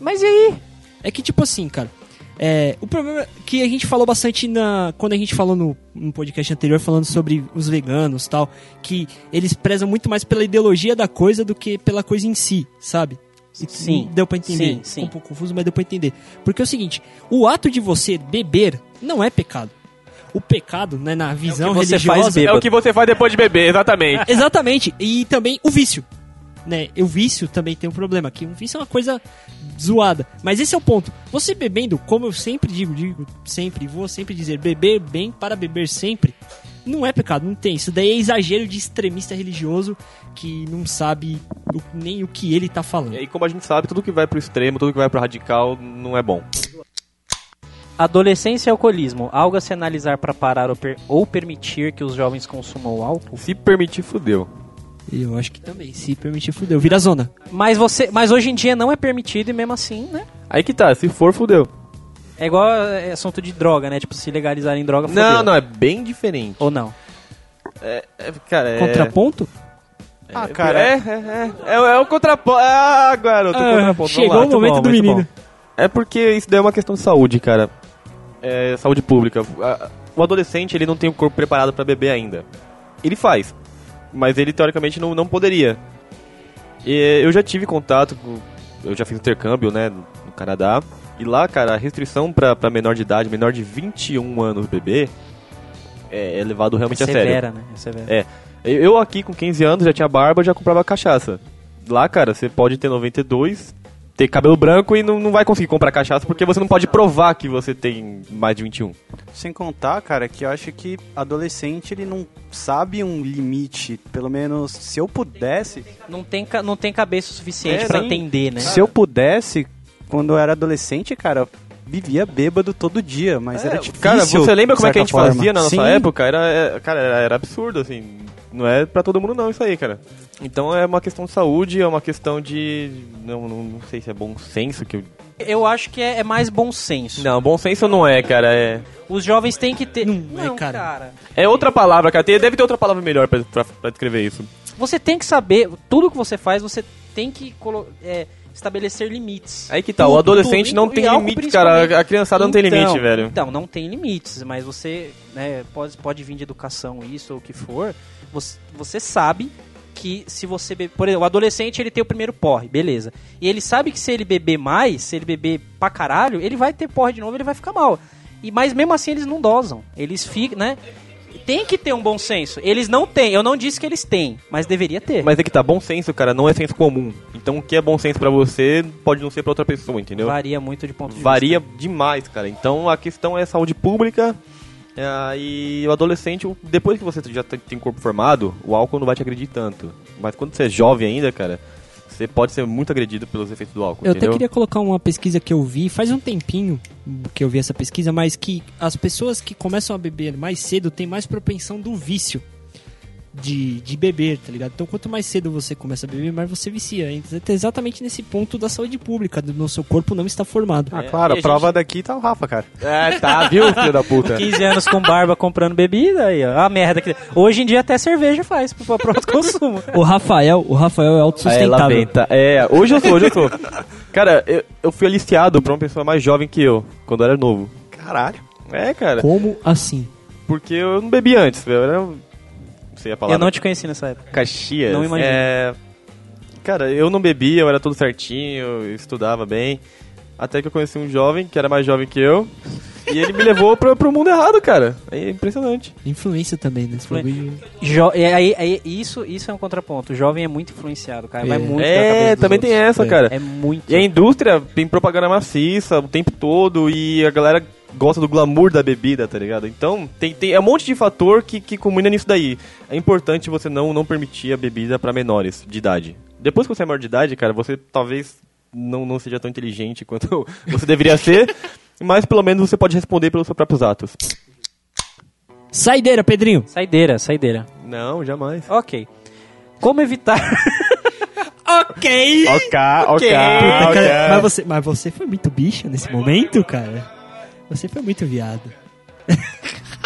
Speaker 2: Mas e aí?
Speaker 3: É que, tipo assim, cara. é, o problema que a gente falou bastante na quando a gente falou no, no podcast anterior falando sobre os veganos e tal, que eles prezam muito mais pela ideologia da coisa do que pela coisa em si, sabe? E-
Speaker 2: Sim.
Speaker 3: Deu pra entender.
Speaker 2: Sim,
Speaker 3: Ficou
Speaker 2: sim.
Speaker 3: Um pouco confuso, mas deu pra entender. Porque é o seguinte, o ato de você beber não é pecado. O pecado, né, na visão
Speaker 2: que você
Speaker 3: religiosa,
Speaker 2: faz
Speaker 4: É
Speaker 2: bêbado.
Speaker 4: o que você faz depois de beber, exatamente.
Speaker 3: Exatamente. E também o vício. Né? E O vício também tem um problema, que o vício é uma coisa zoada. Mas esse é o ponto. Você bebendo, como eu sempre digo, digo sempre, e vou sempre dizer, beber bem para beber sempre, não é pecado, não tem. Isso daí é exagero de extremista religioso que não sabe o- nem o que ele tá falando.
Speaker 4: E aí, como a gente sabe, tudo que vai pro extremo, tudo que vai pro radical, não é bom.
Speaker 2: Adolescência e alcoolismo, algo a se analisar para parar ou, per- ou permitir que os jovens consumam álcool?
Speaker 4: Se permitir, fudeu.
Speaker 3: Eu acho que também, se permitir, fudeu. Vira zona.
Speaker 2: Mas você, mas hoje em dia não é permitido e mesmo assim, né?
Speaker 4: Aí que tá, se for, fudeu.
Speaker 2: É igual é, assunto de droga, né? Tipo, se legalizarem droga, fodeu.
Speaker 4: Não, não, é bem diferente.
Speaker 2: Ou não.
Speaker 4: É, cara, é...
Speaker 3: Contraponto?
Speaker 5: Ah,
Speaker 4: Cara,
Speaker 5: cara,
Speaker 4: é, é, é, é, é o contraponto. Ah, garoto,
Speaker 3: Ah,
Speaker 4: contraponto.
Speaker 3: chegou
Speaker 4: Vamos lá.
Speaker 3: o momento do
Speaker 4: muito
Speaker 3: menino.
Speaker 4: É porque isso daí é uma questão de saúde, cara. É, saúde pública. A- O adolescente, ele não tem o corpo preparado pra beber ainda. Ele faz. Mas ele, teoricamente, não, não poderia. E, eu já tive contato com... Eu já fiz intercâmbio, né, no no Canadá. E lá, cara, a restrição pra, pra menor de idade, menor de 21 anos beber, é, é levado realmente a sério.
Speaker 2: severa, né? É severa.
Speaker 4: É. Eu eu aqui com 15 anos já tinha barba, já comprava cachaça. Lá, cara, você pode ter 92, ter cabelo branco e não, não vai conseguir comprar cachaça porque você não pode provar que você tem mais de 21.
Speaker 5: Sem contar, cara, que eu acho que adolescente ele não sabe um limite. Pelo menos se eu pudesse.
Speaker 2: Não tem, ca- não tem cabeça o suficiente
Speaker 4: É,
Speaker 2: pra
Speaker 4: nem-
Speaker 2: entender, né?
Speaker 5: Se eu pudesse, quando eu era adolescente, cara, vivia bêbado todo dia, mas era difícil.
Speaker 4: É, Cara, você lembra
Speaker 5: de
Speaker 4: como é que a
Speaker 5: certa
Speaker 4: gente
Speaker 5: forma.
Speaker 4: fazia na nossa
Speaker 5: Sim.
Speaker 4: época? Era, é, cara, era, era absurdo, assim. Não é pra todo mundo não isso aí, cara. Então é uma questão de saúde, é uma questão de... Não, não, não sei se é bom senso que eu...
Speaker 2: Eu acho que é, é mais bom senso.
Speaker 4: Não, bom senso não é, cara. É,
Speaker 2: Os jovens têm que ter.
Speaker 3: Não, é, cara.
Speaker 4: é outra palavra, cara. Tem- deve ter outra palavra melhor pra, pra, pra descrever isso.
Speaker 2: Você tem que saber, tudo que você faz, você tem que colo- é, estabelecer limites.
Speaker 4: Aí que tá, o
Speaker 2: Tudo,
Speaker 4: adolescente
Speaker 2: tudo,
Speaker 4: não
Speaker 2: e
Speaker 4: tem
Speaker 2: álcool
Speaker 4: limite, cara. A- A criançada não Tá tem
Speaker 2: Então,
Speaker 4: limite, velho.
Speaker 2: Então, não tem limites, mas você né, pode, pode vir de educação, isso ou o que for. Você, você sabe que se você beber. Por exemplo, o adolescente ele tem o primeiro porre, beleza. E ele sabe que se ele beber mais, se ele beber pra caralho, ele vai ter porre de novo, ele vai ficar mal. E, mas mesmo assim eles não dosam. Eles ficam, né? Tem que ter um bom senso. Eles não têm. Eu não disse que eles têm, mas deveria ter.
Speaker 4: Mas é que tá, bom senso, cara, não é senso comum. Então o que é bom senso pra você pode não ser pra outra pessoa, entendeu?
Speaker 2: Varia muito de ponto de
Speaker 4: Varia demais, cara. Então a questão é saúde pública. é, e o adolescente, o- depois que você já tá- tem corpo formado, o álcool não vai te agredir tanto. Mas quando você é jovem ainda, cara, você pode ser muito agredido pelos efeitos do álcool,
Speaker 3: Eu até
Speaker 4: entendeu?
Speaker 3: queria colocar uma pesquisa que eu vi, faz um tempinho que eu vi essa pesquisa, mas que as pessoas que começam a beber mais cedo têm mais propensão do vício de, de beber, tá ligado? Então quanto mais cedo você começa a beber, mais você vicia. Então, é Exatamente nesse ponto da saúde pública, do no seu corpo não está formado.
Speaker 5: Ah, claro,
Speaker 4: E a
Speaker 5: a prova daqui tá o Rafa, cara.
Speaker 4: É, tá, viu, filho da puta?
Speaker 2: 15 anos com barba comprando bebida aí, ó. A merda que. Hoje em dia até cerveja faz pro próprio consumo.
Speaker 3: O Rafael, o Rafael é
Speaker 4: Ela
Speaker 3: autossustentável.
Speaker 4: benta. É, hoje eu sou, hoje eu sou. Cara, eu, eu fui aliciado pra uma pessoa mais jovem que eu, quando eu era novo.
Speaker 5: Caralho.
Speaker 4: É, cara,
Speaker 3: Como assim?
Speaker 4: porque eu não bebi antes, eu era... Não sei a palavra.
Speaker 2: Eu não te conheci nessa época.
Speaker 4: Caxias.
Speaker 2: não imagino.
Speaker 4: É... Cara, eu não bebia, eu era todo certinho, eu estudava bem. Até que eu conheci um jovem que era mais jovem que eu. E ele me levou pro, pro mundo errado, cara. É impressionante.
Speaker 3: Influência também, né? Esse
Speaker 2: Influen-
Speaker 3: bagulho de-
Speaker 2: Jo- e aí, aí- isso, isso é um contraponto. O jovem é muito influenciado, cara. Vai
Speaker 3: É.
Speaker 2: muito pela cabeça
Speaker 4: é,
Speaker 2: dos
Speaker 4: também
Speaker 2: outros.
Speaker 4: tem essa,
Speaker 3: É.
Speaker 4: cara.
Speaker 2: É muito.
Speaker 4: E a indústria tem propaganda maciça o tempo todo e a galera gosta do glamour da bebida, tá ligado? Então, tem, tem é um monte de fator que, que combina nisso daí. É importante você não, não permitir a bebida pra menores de idade. Depois que você é maior de idade, cara, você talvez não, não seja tão inteligente quanto você deveria ser, mas pelo menos você pode responder pelos seus próprios atos.
Speaker 3: Saideira, Pedrinho.
Speaker 2: Saideira, saideira.
Speaker 4: Não, jamais.
Speaker 2: Ok. Como evitar.
Speaker 3: Ok.
Speaker 4: Ok, ok, Ah,
Speaker 3: Puta, cara, mas, você, mas você foi muito bicha nesse momento, cara. Você foi muito viado.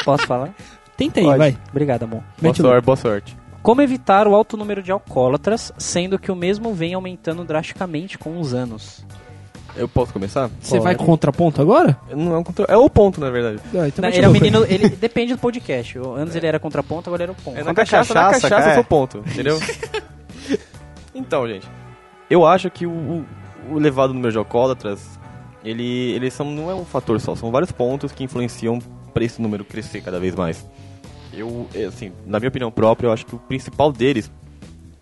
Speaker 2: Posso falar?
Speaker 3: Tenta aí,
Speaker 2: Pode.
Speaker 3: vai.
Speaker 2: Obrigado, amor.
Speaker 4: Boa
Speaker 3: Mete o louco.
Speaker 4: sorte, boa sorte.
Speaker 2: Como evitar o alto número de alcoólatras, sendo que o mesmo vem aumentando drasticamente com os anos?
Speaker 4: Eu posso começar?
Speaker 3: Você vai
Speaker 2: Pode.
Speaker 3: com contraponto agora?
Speaker 4: Não é um controle. É o ponto, na verdade.
Speaker 3: Ah, então
Speaker 2: Não,
Speaker 3: mete
Speaker 2: ele é
Speaker 3: o
Speaker 2: um
Speaker 3: louco aí.
Speaker 2: menino. Ele depende do podcast. Eu- Antes ele era contraponto, agora ele era o ponto.
Speaker 4: É na
Speaker 5: Quando é
Speaker 4: cachaça, na
Speaker 5: cachaça,
Speaker 4: cachaça,
Speaker 5: cara.
Speaker 4: eu sou ponto, entendeu? então, gente, eu acho que o, o, o elevado número de alcoólatras, ele, ele são, não é um fator só, são vários pontos que influenciam pra esse número crescer cada vez mais. Eu, é, assim, na minha opinião própria, eu acho que o principal deles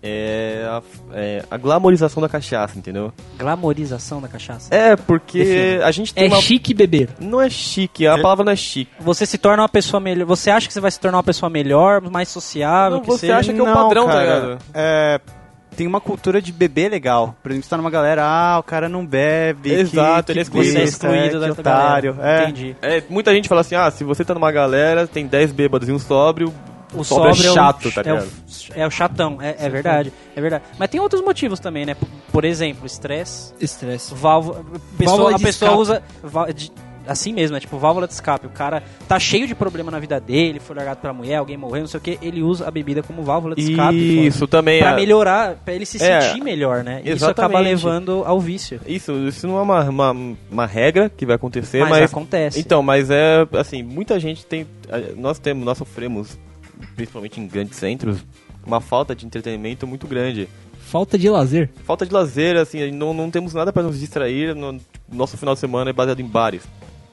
Speaker 4: é a, é a glamorização da cachaça, entendeu?
Speaker 2: Glamorização da cachaça.
Speaker 4: É, porque
Speaker 3: Defina.
Speaker 4: a gente tem
Speaker 3: É
Speaker 4: uma...
Speaker 3: chique beber.
Speaker 4: Não é chique, a palavra não é chique.
Speaker 2: Você se torna uma pessoa melhor. Você acha que você vai se tornar uma pessoa melhor, mais sociável,
Speaker 4: Não,
Speaker 2: que
Speaker 4: você
Speaker 2: seja.
Speaker 4: acha que é o padrão, tá ligado?
Speaker 5: É, tem uma cultura de beber legal. Por exemplo, você tá numa galera, ah, o cara não bebe.
Speaker 4: Exato,
Speaker 5: que, que
Speaker 4: ele é
Speaker 5: besta,
Speaker 2: Você é
Speaker 4: Isso,
Speaker 2: excluído
Speaker 5: que
Speaker 2: da
Speaker 5: otário.
Speaker 2: galera.
Speaker 5: É.
Speaker 2: Entendi.
Speaker 4: É, muita gente fala assim, ah, se você tá numa galera, tem 10 bêbados e um sóbrio,
Speaker 2: O
Speaker 4: sóbrio é
Speaker 2: sóbrio
Speaker 4: chato,
Speaker 2: o,
Speaker 4: tá
Speaker 2: é o,
Speaker 4: ligado?
Speaker 2: é o chatão, é- é verdade, é verdade. Mas tem outros motivos também, né? P- Por exemplo, estresse.
Speaker 3: Estresse.
Speaker 2: válvula, pessoa-
Speaker 3: Válvula
Speaker 2: a
Speaker 3: de
Speaker 2: pessoa
Speaker 3: escape.
Speaker 2: usa vá- de- assim mesmo, é tipo válvula de escape. O cara tá cheio de problema na vida dele, foi largado pela mulher, alguém morreu, não sei o que, ele usa a bebida como válvula de escape. foda.
Speaker 4: Isso também
Speaker 2: Pra
Speaker 4: é-
Speaker 2: melhorar, pra ele se
Speaker 4: É,
Speaker 2: sentir melhor, né? E Isso
Speaker 4: exatamente.
Speaker 2: acaba levando ao vício.
Speaker 4: Isso, isso não é uma, uma, uma regra que vai acontecer,
Speaker 2: Mas
Speaker 4: mas.
Speaker 2: acontece.
Speaker 4: Então, mas é assim, muita gente tem. a- Nós temos, nós sofremos, principalmente em grandes centros, uma falta de entretenimento muito grande.
Speaker 3: Falta de lazer.
Speaker 4: Falta de lazer, assim, não, não temos nada pra nos distrair. no- nosso final de semana é baseado em bares.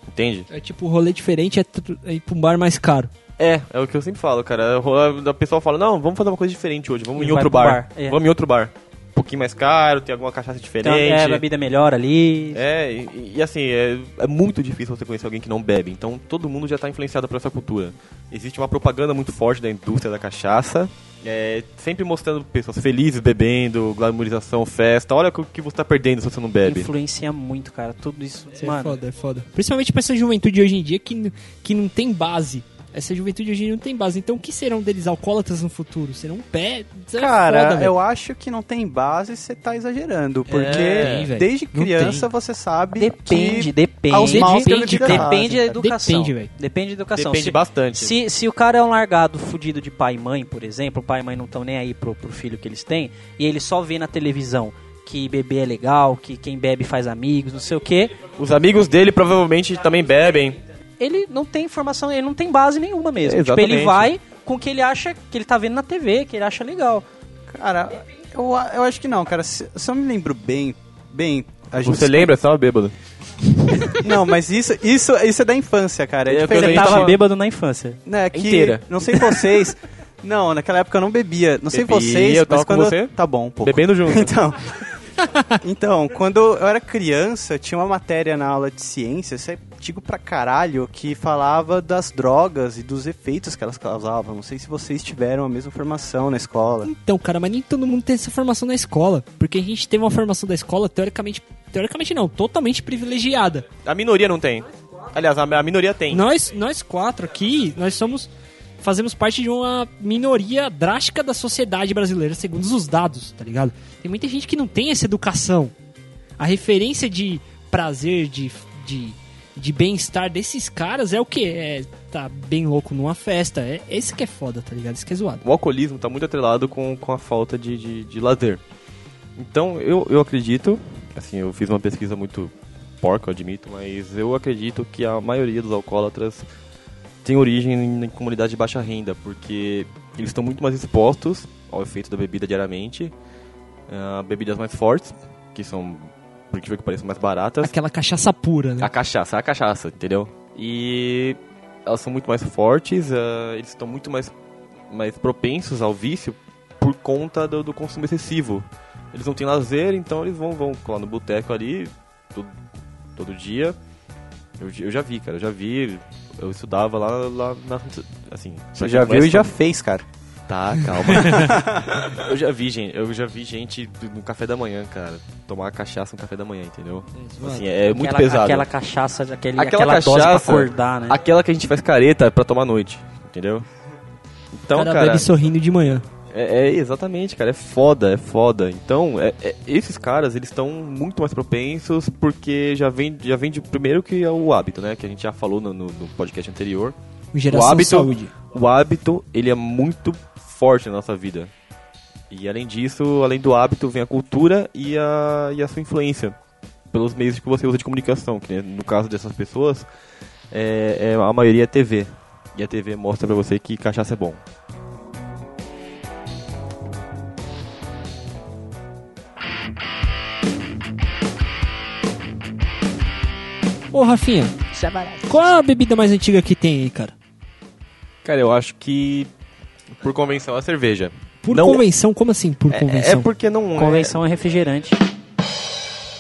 Speaker 4: Entende?
Speaker 3: É tipo, rolê diferente é, tr- é ir pra um bar mais caro.
Speaker 4: É, é o que eu sempre falo, cara. O- A pessoa fala, não, vamos fazer uma coisa diferente hoje, vamos
Speaker 2: E
Speaker 4: em
Speaker 2: vai
Speaker 4: outro
Speaker 2: pro
Speaker 4: bar.
Speaker 2: bar, é.
Speaker 4: Vamos em outro bar. Um pouquinho mais caro, tem alguma cachaça
Speaker 2: Então,
Speaker 4: diferente.
Speaker 2: é, a bebida melhor ali.
Speaker 4: É, e, e assim, é, é muito difícil você conhecer alguém que não bebe. Então todo mundo já está influenciado por essa cultura. Existe uma propaganda muito forte da indústria da cachaça. é, sempre mostrando pessoas felizes bebendo, glamorização, festa. Olha o que- que você tá perdendo se você não bebe.
Speaker 2: Influencia muito, cara. Tudo isso.
Speaker 3: Isso é
Speaker 2: mano,
Speaker 3: foda, é foda. Principalmente pra essa juventude hoje em dia que, n- que não tem base. Essa juventude hoje em dia não tem base. Então o que serão deles alcoólatras no futuro? Serão pé? Isso é
Speaker 5: Cara,
Speaker 3: foda, velho.
Speaker 5: eu acho que não tem base, você tá exagerando.
Speaker 4: É,
Speaker 5: Porque
Speaker 3: Tem, velho.
Speaker 5: desde
Speaker 3: Não tem.
Speaker 5: criança você sabe
Speaker 2: Depende,
Speaker 5: que...
Speaker 2: depende.
Speaker 5: aos
Speaker 3: maus que a
Speaker 2: depende,
Speaker 3: bebida
Speaker 2: depende,
Speaker 5: fazem,
Speaker 2: da
Speaker 5: cara.
Speaker 2: educação.
Speaker 3: Depende, velho.
Speaker 2: Depende da educação.
Speaker 4: Depende
Speaker 2: Se-
Speaker 4: bastante.
Speaker 2: Se, se o cara é um largado fudido de pai e mãe, por exemplo, pai e mãe não estão nem aí pro, pro filho que eles têm, e ele só vê na televisão que bebê é legal, que quem bebe faz amigos, não sei o quê,
Speaker 4: Os amigos dele provavelmente também bebem.
Speaker 2: ele não tem informação, ele não tem base nenhuma mesmo.
Speaker 4: É,
Speaker 2: tipo, ele
Speaker 4: exatamente.
Speaker 2: vai com o que ele acha que ele tá vendo na TV, que ele acha legal.
Speaker 5: Cara, eu, a- eu acho que não, cara. Se, se eu me lembro bem, bem... A gente
Speaker 4: Você lembra? Você tava bêbado.
Speaker 5: Não, mas isso, isso, isso é da infância, cara. É,
Speaker 4: É,
Speaker 5: diferente.
Speaker 4: quando a
Speaker 2: Ele
Speaker 4: gente
Speaker 2: tava
Speaker 4: fala-
Speaker 2: bêbado na infância.
Speaker 5: né, que,
Speaker 4: Inteira.
Speaker 5: Não sei vocês. não, naquela época eu não bebia. Não sei
Speaker 4: Bebia,
Speaker 5: vocês,
Speaker 4: eu tava
Speaker 5: mas
Speaker 4: com
Speaker 5: quando.
Speaker 4: você.
Speaker 5: Tá bom, um pouco.
Speaker 4: Bebendo junto.
Speaker 5: Então. então, quando eu era criança, tinha uma matéria na aula de ciência, isso é antigo pra caralho, que falava das drogas e dos efeitos que elas causavam. Não sei se vocês tiveram a mesma formação na escola.
Speaker 3: Então, cara, mas nem todo mundo tem essa formação na escola. Porque a gente teve uma formação da escola teoricamente. Teoricamente não, totalmente privilegiada.
Speaker 4: A minoria não tem. Aliás, a, a minoria tem.
Speaker 3: Nós, nós quatro aqui, nós somos. Fazemos parte de uma minoria drástica da sociedade brasileira, segundo os dados, tá ligado? Tem muita gente que não tem essa educação. A referência de prazer, de, de, de bem-estar desses caras é o quê? É tá bem louco numa festa. É esse que é foda, tá ligado? Esse que é zoado.
Speaker 4: o alcoolismo está muito atrelado com, com a falta de, de, de lazer. Então, eu, eu acredito, assim, eu fiz uma pesquisa muito porca, eu admito, mas eu acredito que a maioria dos alcoólatras tem origem em comunidades de baixa renda, porque eles estão muito mais expostos ao efeito da bebida diariamente. ah, bebidas mais fortes, que são, por incrível que pareça, mais baratas.
Speaker 3: Aquela cachaça pura,
Speaker 5: Uhum.
Speaker 3: né?
Speaker 4: A cachaça, a cachaça, entendeu? E elas são muito mais fortes, ah, eles estão muito mais, mais propensos ao vício por conta do, do consumo excessivo. Eles não têm lazer, então eles vão, vão lá no boteco ali todo, todo dia. Eu, eu já vi, cara, eu já vi. Eu estudava lá, lá na. Assim,
Speaker 5: Você já viu e já
Speaker 4: fez.
Speaker 5: fez, cara.
Speaker 4: Tá, calma. eu já vi, gente, eu já vi gente no café da manhã, cara, tomar cachaça no café da manhã, entendeu? Assim, é muito
Speaker 2: aquela,
Speaker 4: pesado.
Speaker 2: Aquela cachaça, aquele, aquela,
Speaker 4: Aquela
Speaker 2: dose pra
Speaker 4: cachaça-
Speaker 2: acordar, né?
Speaker 4: Aquela que a gente faz careta pra tomar à noite, entendeu? Então,
Speaker 3: o cara,
Speaker 4: cara,
Speaker 3: bebe sorrindo de manhã.
Speaker 4: é, é exatamente, cara, é foda, é foda. Então, é- é- esses caras, eles estão muito mais propensos porque já vem, já vem de primeiro que é o hábito, né, que a gente já falou no- no- no podcast anterior.
Speaker 3: Geração
Speaker 4: O hábito-
Speaker 3: saúde.
Speaker 4: o hábito ele é muito forte na nossa vida. E além disso, além do hábito, vem a cultura e a, e a sua influência pelos meios que você usa de comunicação, que né, no caso dessas pessoas, é, é- a maioria é TV. E a TV mostra pra você que cachaça é bom.
Speaker 3: Ô, Rafinha, qual a bebida mais antiga que tem aí, cara?
Speaker 4: Cara, eu acho que por convenção a cerveja.
Speaker 3: Por
Speaker 4: Não-
Speaker 3: convenção, como assim por
Speaker 4: É,
Speaker 3: convenção?
Speaker 4: porque não
Speaker 2: Convenção é refrigerante.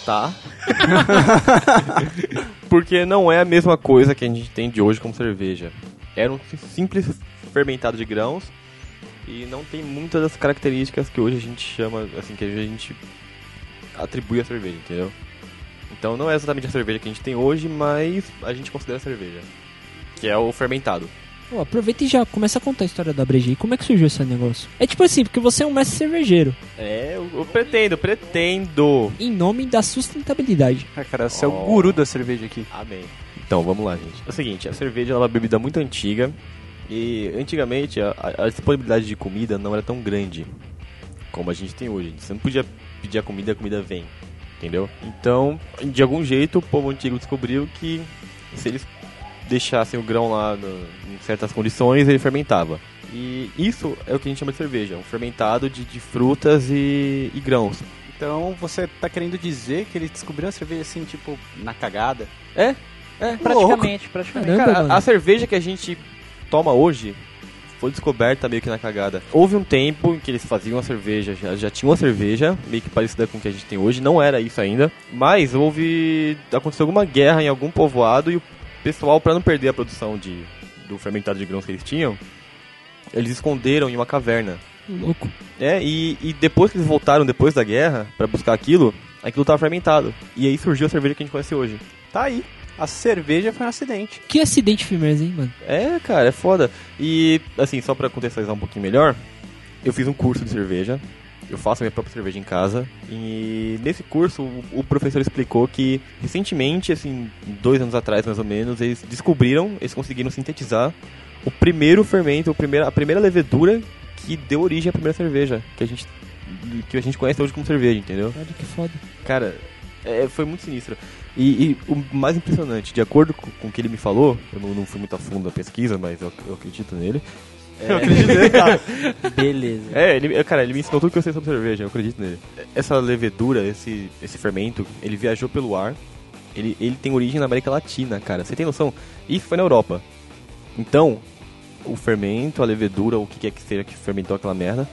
Speaker 4: Tá. Porque não é a mesma coisa que a gente tem de hoje como cerveja. Era um si- simples fermentado de grãos e não tem muitas das características que hoje a gente chama, assim, que hoje a gente atribui à cerveja, entendeu? Então não é exatamente a cerveja que a gente tem hoje, mas a gente considera cerveja. Que é o fermentado.
Speaker 3: Pô, aproveita e já começa a contar a história da breja aí. Como é que surgiu esse negócio? É tipo assim, porque você é um mestre cervejeiro,
Speaker 4: É, eu, eu pretendo, pretendo.
Speaker 3: em nome da sustentabilidade.
Speaker 5: Ah, cara, você é
Speaker 4: Ó.
Speaker 5: o guru da cerveja aqui.
Speaker 4: Amém. Então, vamos lá, gente. É o seguinte, a cerveja ela é uma bebida muito antiga e antigamente a, a- a disponibilidade de comida não era tão grande como a gente tem hoje. Você não podia pedir a comida, a comida vem, entendeu? Então, de algum jeito, o povo antigo descobriu que se eles deixassem o grão lá no- em certas condições, ele fermentava. E isso é o que a gente chama de cerveja, um fermentado de, de frutas e- e grãos.
Speaker 5: Então você tá querendo dizer que ele descobriu a cerveja assim, tipo, na cagada?
Speaker 2: Praticamente, praticamente.
Speaker 3: Caramba,
Speaker 4: Cara,
Speaker 3: mano.
Speaker 4: a cerveja que a gente toma hoje foi descoberta meio que na cagada. Houve um tempo em que eles faziam a cerveja, já, já tinha uma cerveja, meio que parecida com o que a gente tem hoje, não era isso ainda. Mas houve. aconteceu alguma guerra em algum povoado e o pessoal, pra não perder a produção de, do fermentado de grãos que eles tinham, eles esconderam em uma caverna.
Speaker 3: Louco.
Speaker 4: É, e, e depois que eles voltaram, depois da guerra, pra buscar aquilo, aquilo tava fermentado. E aí surgiu a cerveja que a gente conhece hoje.
Speaker 5: Tá aí. A cerveja foi um acidente.
Speaker 3: Que acidente firmeza, hein, mano?
Speaker 4: É, cara, é foda. E, assim, só pra contextualizar um pouquinho melhor, eu fiz um curso de cerveja. Eu faço a minha própria cerveja em casa. E nesse curso, o, o professor explicou que, recentemente, assim, dois anos atrás mais ou menos, eles descobriram, eles conseguiram sintetizar o primeiro fermento, o primeiro, a primeira levedura que deu origem à primeira cerveja que a gente, que a gente conhece hoje como cerveja, entendeu?
Speaker 3: Olha que foda.
Speaker 4: Cara, é, foi muito sinistro. E, e o mais impressionante, de acordo com, com o que ele me falou, eu não, não fui muito a fundo da pesquisa, mas eu, eu acredito nele. Eu acredito nele, cara.
Speaker 2: Beleza.
Speaker 4: É, ele, eu- cara, ele me ensinou tudo que eu sei sobre cerveja, eu acredito nele. Essa levedura, esse, esse fermento, ele viajou pelo ar. Ele, ele tem origem na América Latina, cara. Você tem noção? E foi na Europa. Então, o fermento, a levedura, o que quer que seja que fermentou aquela merda,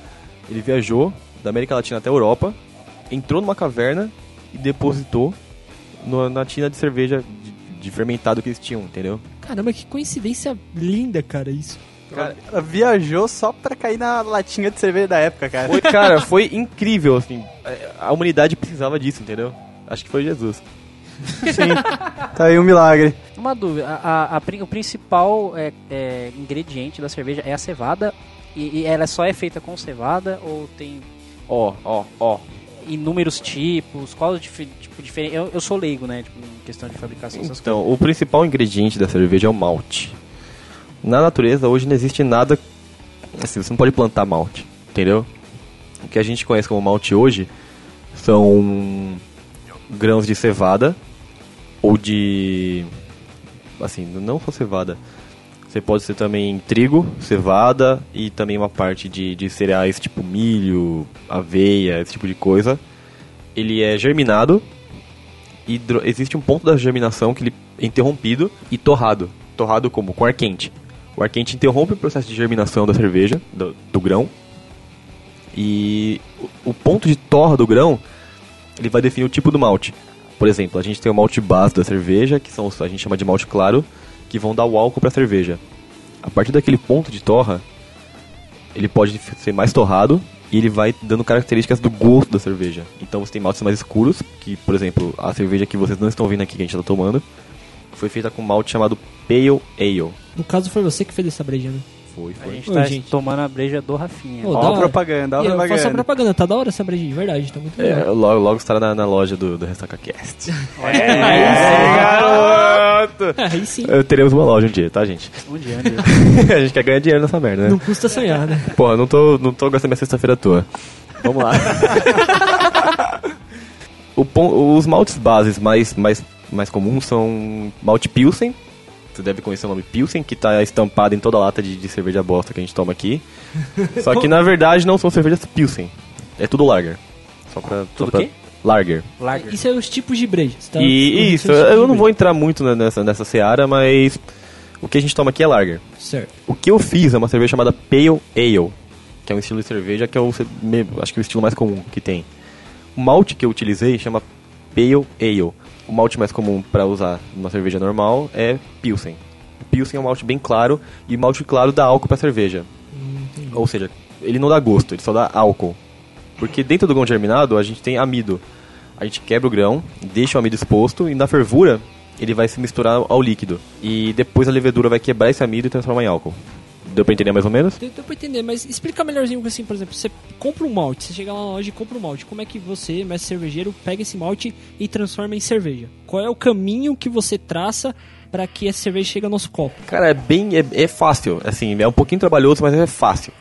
Speaker 4: ele viajou da América Latina até a Europa, entrou numa caverna e depositou no- na tina de cerveja de, de fermentado que eles tinham, entendeu?
Speaker 3: Caramba, que coincidência linda, cara, isso.
Speaker 4: Cara,
Speaker 5: Ela viajou só pra cair na latinha de cerveja da época, cara.
Speaker 4: Foi, cara, foi incrível, assim. A- A humanidade precisava disso, entendeu? Acho que foi Jesus.
Speaker 5: Tá aí um milagre.
Speaker 2: Uma dúvida. a- a- a prin- o principal é, é, ingrediente da cerveja é a cevada. E, e ela só é feita com cevada ou tem
Speaker 4: Ó, ó, ó.
Speaker 2: inúmeros tipos? Qual o dif- tipo diferente? Eu, eu sou leigo, né? Tipo, em questão de fabricação. essas coisas.
Speaker 4: Então, o principal ingrediente da cerveja é o malte. Na natureza, hoje não existe nada. Assim, você não pode plantar malte, entendeu? O que a gente conhece como malte hoje são grãos de cevada ou de. Assim, não só cevada. Você pode ser também trigo, cevada e também uma parte de, de cereais tipo milho, aveia, esse tipo de coisa. Ele é germinado e dro- existe um ponto da germinação que ele é interrompido e torrado. Torrado como? Com ar quente. O ar quente interrompe o processo de germinação da cerveja, do, do grão. E o, o ponto de torra do grão, ele vai definir o tipo do malte. Por exemplo, a gente tem o malte base da cerveja, que são os- a gente chama de malte claro, que vão dar o álcool para a cerveja. A partir daquele ponto de torra, ele pode f- ser mais torrado e ele vai dando características do gosto da cerveja. Então você tem maltes mais escuros, que, por exemplo, a cerveja que vocês não estão vendo aqui que a gente está tomando, foi feita com um malte chamado Pale Ale.
Speaker 3: No caso, foi você que fez essa breja, né?
Speaker 4: Foi,
Speaker 2: A
Speaker 4: foi.
Speaker 2: gente
Speaker 3: Ô,
Speaker 2: tá
Speaker 3: gente.
Speaker 2: tomando a breja do Rafinha.
Speaker 3: Ô,
Speaker 5: Ó,
Speaker 3: da
Speaker 5: a
Speaker 3: hora.
Speaker 5: propaganda, ó, a
Speaker 3: E eu faço a
Speaker 5: propaganda.
Speaker 3: propaganda, tá da hora essa breja, de verdade, tá muito
Speaker 4: É,
Speaker 3: legal.
Speaker 4: logo, logo estará na, na loja do, do RessacaCast.
Speaker 3: Aí sim,
Speaker 4: Eh, Teremos uma loja um dia, tá, gente?
Speaker 2: Um dia, um dia.
Speaker 4: a gente quer ganhar dinheiro nessa merda, né?
Speaker 3: não custa sonhar, né?
Speaker 4: Porra, não tô, não tô gastando minha sexta-feira à toa. Vamos lá. O pon- os maltes bases mais, mais, mais comuns são malte Pilsen. Você deve conhecer o nome Pilsen, que tá estampado em toda a lata de, de cerveja bosta que a gente toma aqui. Só que na verdade não são cervejas Pilsen. É tudo Lager. Só pra. só
Speaker 2: Tudo
Speaker 4: pra-
Speaker 2: quê?
Speaker 4: Lager.
Speaker 2: Lager.
Speaker 3: Isso é os tipos de brejas, tá?
Speaker 4: E isso, eu não vou entrar muito na- nessa, nessa seara, mas o que a gente toma aqui é Lager.
Speaker 3: Certo.
Speaker 4: O que eu fiz é uma cerveja chamada Pale Ale, que é um estilo de cerveja que é o, ce- me- acho que é o estilo mais comum que tem. O um malte que eu utilizei chama Pale Ale. O malte mais comum para usar numa cerveja normal é Pilsen. O Pilsen é um malte bem claro e malte claro dá álcool para cerveja. Ou seja, ele não dá gosto, ele só dá álcool. Porque dentro do grão germinado a gente tem amido. A gente quebra o grão, deixa o amido exposto e na fervura ele vai se misturar ao líquido. E depois a levedura vai quebrar esse amido e transformar em álcool. Deu pra entender mais ou menos?
Speaker 3: Deu deu pra entender, mas explica melhorzinho, assim, por exemplo, você compra um malte, você chega lá na loja e compra um malte, como é que você, mestre cervejeiro, pega esse malte e transforma em cerveja? Qual é o caminho que você traça pra que essa cerveja chegue ao nosso copo?
Speaker 4: Cara, é bem. É, é fácil. Assim, é um pouquinho trabalhoso, mas é fácil.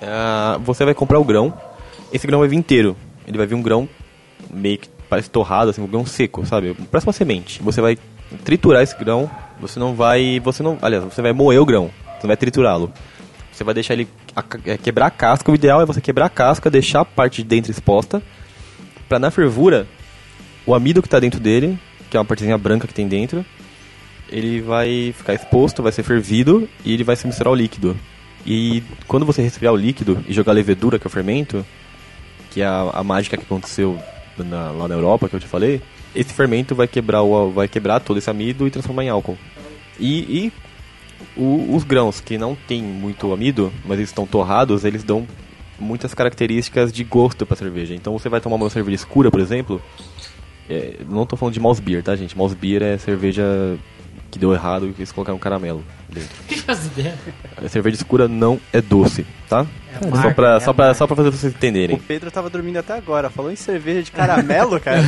Speaker 4: Ah, você vai comprar o grão. Esse grão vai vir inteiro. Ele vai vir um grão meio que parece torrado, assim, um grão seco, sabe? Parece uma semente. Você vai triturar esse grão. Você não vai. Você não. Aliás, você vai moer o grão. Você não vai triturá-lo. Você vai deixar ele a- é, quebrar a casca. O ideal é você quebrar a casca, deixar a parte de dentro exposta. Pra na fervura, o amido que tá dentro dele, que é uma partezinha branca que tem dentro, ele vai ficar exposto, vai ser fervido e ele vai se misturar ao líquido. E quando você resfriar o líquido e jogar a levedura, que é o fermento, que é a, a mágica que aconteceu na- lá na Europa, que eu te falei, esse fermento vai quebrar, o, vai quebrar todo esse amido e transformar em álcool. E, e o- os grãos que não tem muito amido, mas eles estão torrados, eles dão muitas características de gosto pra cerveja. Então você vai tomar uma cerveja escura, por exemplo, é, não tô falando de mouse beer, tá, gente? Mouse beer é cerveja que deu errado e eles colocaram caramelo dentro. A cerveja escura não é doce, tá? só, pra, só, pra, só pra fazer vocês
Speaker 5: O
Speaker 4: entenderem.
Speaker 5: Pedro tava dormindo até agora, falou em cerveja de caramelo, cara.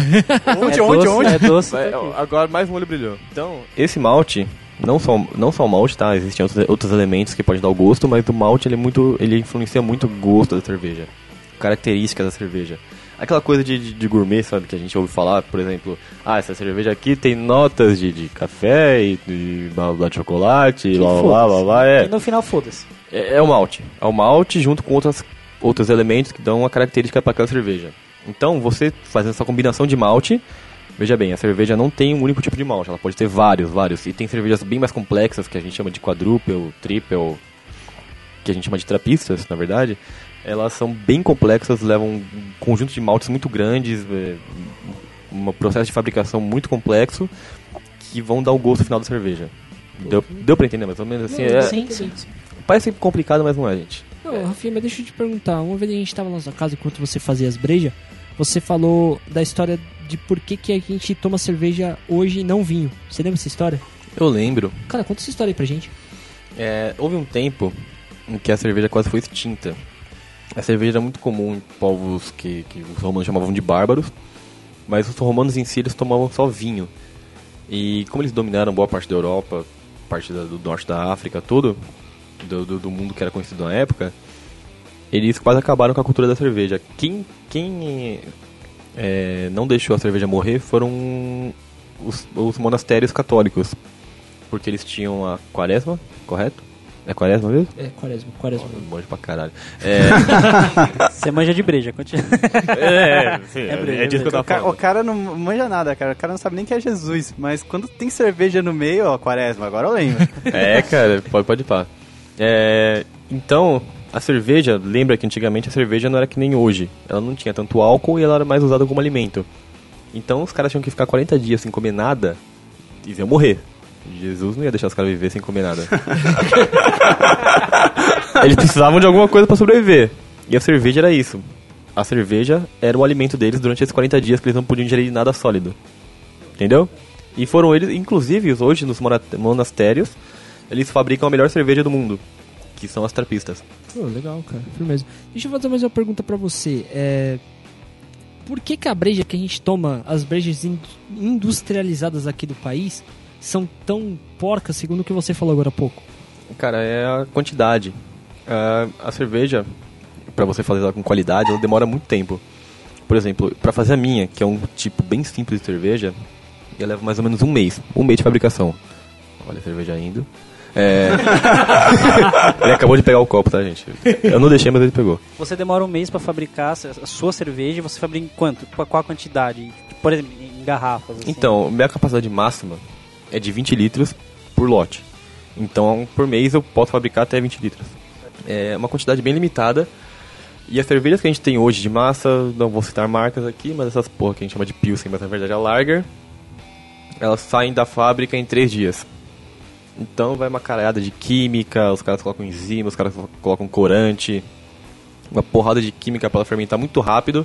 Speaker 5: Onde,
Speaker 2: é
Speaker 5: onde,
Speaker 2: doce,
Speaker 5: onde?
Speaker 2: É doce.
Speaker 4: agora mais um olho brilhou. Então, esse malte, não só, não só o malte, tá? Existem outros, outros elementos que podem dar o gosto, mas o malte ele, é muito, ele influencia muito o gosto da cerveja. Características da cerveja. Aquela coisa de, de, de gourmet, sabe, que a gente ouve falar, por exemplo, ah, essa cerveja aqui tem notas de, de café e de, blá, blá, de chocolate, blá, blá, blá, blá, é.
Speaker 2: E no final, foda-se.
Speaker 4: É, é o malte. É o malte junto com outras, outros elementos que dão uma característica para aquela cerveja. Então, você fazendo essa combinação de malte, veja bem, a cerveja não tem um único tipo de malte, ela pode ter vários, vários. E tem cervejas bem mais complexas que a gente chama de quadruple, triple, que a gente chama de trapistas, na verdade. Elas são bem complexas, levam um conjunto de maltes muito grandes, é, um processo de fabricação muito complexo, que vão dar o gosto final da cerveja. Deu, deu pra entender mais ou menos assim? é-
Speaker 3: sim, sim, sim.
Speaker 4: Parece complicado, mas não é, gente.
Speaker 3: Não, Rafinha, mas deixa eu te perguntar, uma vez a gente tava lá na sua casa, enquanto você fazia as brejas, você falou da história de por que, que a gente toma cerveja hoje e não vinho. Você lembra essa história?
Speaker 4: Eu lembro,
Speaker 3: Cara, conta essa história aí pra gente.
Speaker 4: é, houve um tempo em que a cerveja quase foi extinta. A cerveja era muito comum em povos que, que os romanos chamavam de bárbaros, mas os romanos em si eles tomavam só vinho. E como eles dominaram boa parte da Europa, parte da- do norte da África, todo, do, do- do mundo que era conhecido na época, eles quase acabaram com a cultura da cerveja. Quem, quem é, eh, não deixou a cerveja morrer foram os, os monastérios católicos. porque eles tinham a quaresma, correto? É quaresma mesmo?
Speaker 3: É, quaresma, quaresma.
Speaker 4: Bom pra caralho. É,
Speaker 2: Você manja de breja, continua.
Speaker 4: é, sim,
Speaker 2: É
Speaker 4: é,
Speaker 2: breja,
Speaker 4: é disso que eu
Speaker 5: O
Speaker 4: tava
Speaker 5: ca- o
Speaker 4: falando.
Speaker 5: cara não manja nada, cara. O cara não sabe nem que é Jesus. Mas quando tem cerveja no meio, ó, quaresma, agora eu lembro.
Speaker 4: É, cara, pode, pode ir pá. É, então, a cerveja, lembra que antigamente a cerveja não era que nem hoje. Ela não tinha tanto álcool e ela era mais usada como alimento. Então os caras tinham que ficar 40 dias sem comer nada e iam morrer. Jesus não ia deixar os caras viver sem comer nada. Eles precisavam de alguma coisa pra sobreviver. E a cerveja era isso. A cerveja era o alimento deles durante esses 40 dias que eles não podiam ingerir nada sólido. Entendeu? E foram eles, inclusive os hoje nos mona- monastérios, eles fabricam a melhor cerveja do mundo, que são as trapistas.
Speaker 3: Pô, legal, cara. Firmeza. Deixa eu fazer mais uma pergunta pra você. É... Por que, que a breja que a gente toma, as brejas in- industrializadas aqui do país, são tão porcas, segundo o que você falou agora há pouco?
Speaker 4: Cara, é a quantidade. Ah, a cerveja, pra você fazer ela com qualidade, ela demora muito tempo. Por exemplo, pra fazer a minha, que é um tipo bem simples de cerveja, ela leva mais ou menos um mês. Um mês de fabricação. Olha a cerveja indo. É... ele acabou de pegar o copo, tá, gente? Eu não deixei, mas ele pegou.
Speaker 2: Você demora um mês pra fabricar a sua cerveja e você fabrica em quanto? Com qual a quantidade? Por exemplo, em garrafas. assim.
Speaker 4: Então, minha capacidade máxima é de 20 litros por lote. Então, por mês eu posso fabricar até 20 litros. É uma quantidade bem limitada. E as cervejas que a gente tem hoje de massa, não vou citar marcas aqui, mas essas porra que a gente chama de Pilsen, mas na verdade é Lager, elas saem da fábrica em 3 dias. Então vai uma caralhada de química, os caras colocam enzima, os caras colocam corante, uma porrada de química para ela fermentar muito rápido.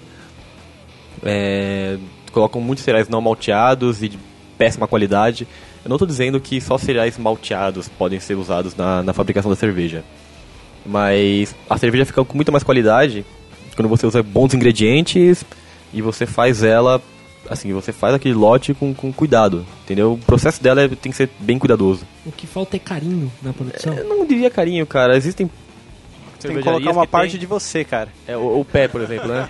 Speaker 4: É, colocam muitos cereais não malteados e de péssima qualidade. Eu não estou dizendo que só cereais malteados podem ser usados na, na fabricação da cerveja. Mas a cerveja fica com muito mais qualidade quando você usa bons ingredientes e você faz ela, assim, você faz aquele lote com, com cuidado, entendeu? O processo dela é- tem que ser bem cuidadoso.
Speaker 3: O que falta é carinho na produção.
Speaker 4: Eu não diria carinho, cara. Existem.
Speaker 5: Tem que colocar uma parte de você, cara.
Speaker 4: de. É, o, o pé, por exemplo, né?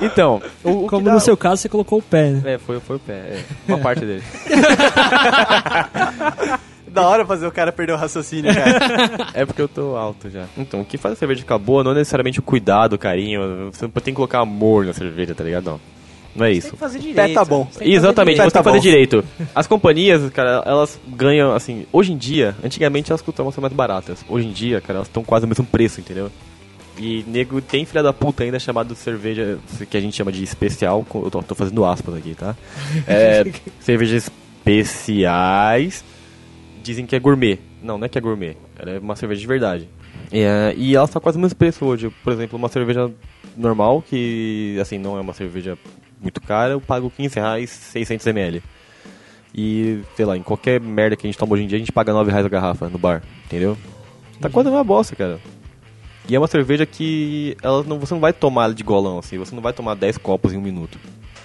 Speaker 4: Então, o, o que
Speaker 3: Como
Speaker 4: dá-
Speaker 3: no seu caso, você colocou o pé, né?
Speaker 4: É, foi, foi o pé. é. Uma parte dele.
Speaker 5: Da hora fazer o cara perder o raciocínio, cara.
Speaker 4: É porque eu tô alto já. Então, o que faz a cerveja ficar boa não é necessariamente o cuidado, o carinho. Você não tem que colocar amor na cerveja, tá ligado? Não. Não é
Speaker 2: Tem
Speaker 4: isso.
Speaker 2: que fazer direito.
Speaker 5: Pé tá bom.
Speaker 2: Tem que fazer
Speaker 4: Exatamente, você
Speaker 5: direito.
Speaker 4: tem que
Speaker 5: Tá
Speaker 4: fazer
Speaker 5: bom.
Speaker 4: direito. As companhias, cara, elas ganham, assim, hoje em dia, antigamente elas costumavam ser mais baratas. Hoje em dia, cara, elas estão quase no mesmo preço, entendeu? E nego tem filha da puta ainda chamado cerveja, que a gente chama de especial, com- eu tô, tô fazendo aspas aqui, tá? É, cervejas especiais dizem que é gourmet. Não, não é que é gourmet, cara, é uma cerveja de verdade. É, e ela tá quase no mesmo preço hoje. Por exemplo, uma cerveja normal, que assim, não é uma cerveja muito cara, eu pago 15 reais 600 ml. E, sei lá, em qualquer merda que a gente toma hoje em dia, a gente paga 9 reais a garrafa no bar, entendeu? Tá quase uma bosta, cara. E é uma cerveja que ela não, você não vai tomar ela de golão, assim, você não vai tomar 10 copos em um minuto.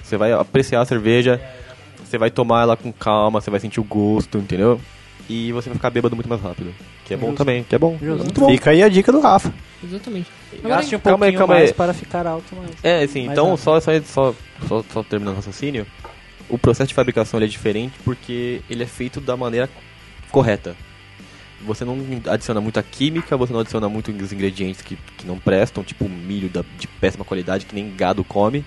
Speaker 4: Você vai apreciar a cerveja, você vai tomar ela com calma, você vai sentir o gosto, entendeu? E você vai ficar bêbado muito mais rápido. Que é bom também, que é bom. Muito bom.
Speaker 5: Fica aí a dica do Rafa.
Speaker 3: Exatamente.
Speaker 2: Gaste um pouquinho
Speaker 4: Calma aí, calma aí.
Speaker 2: mais para ficar alto mais.
Speaker 4: É, assim,
Speaker 2: Mais
Speaker 4: então
Speaker 2: rápido.
Speaker 4: só, só, só, só, só terminando o raciocínio, o processo de fabricação ele é diferente porque ele é feito da maneira correta. Você não adiciona muita química, você não adiciona muito os ingredientes que, que não prestam, tipo milho da- de péssima qualidade que nem gado come,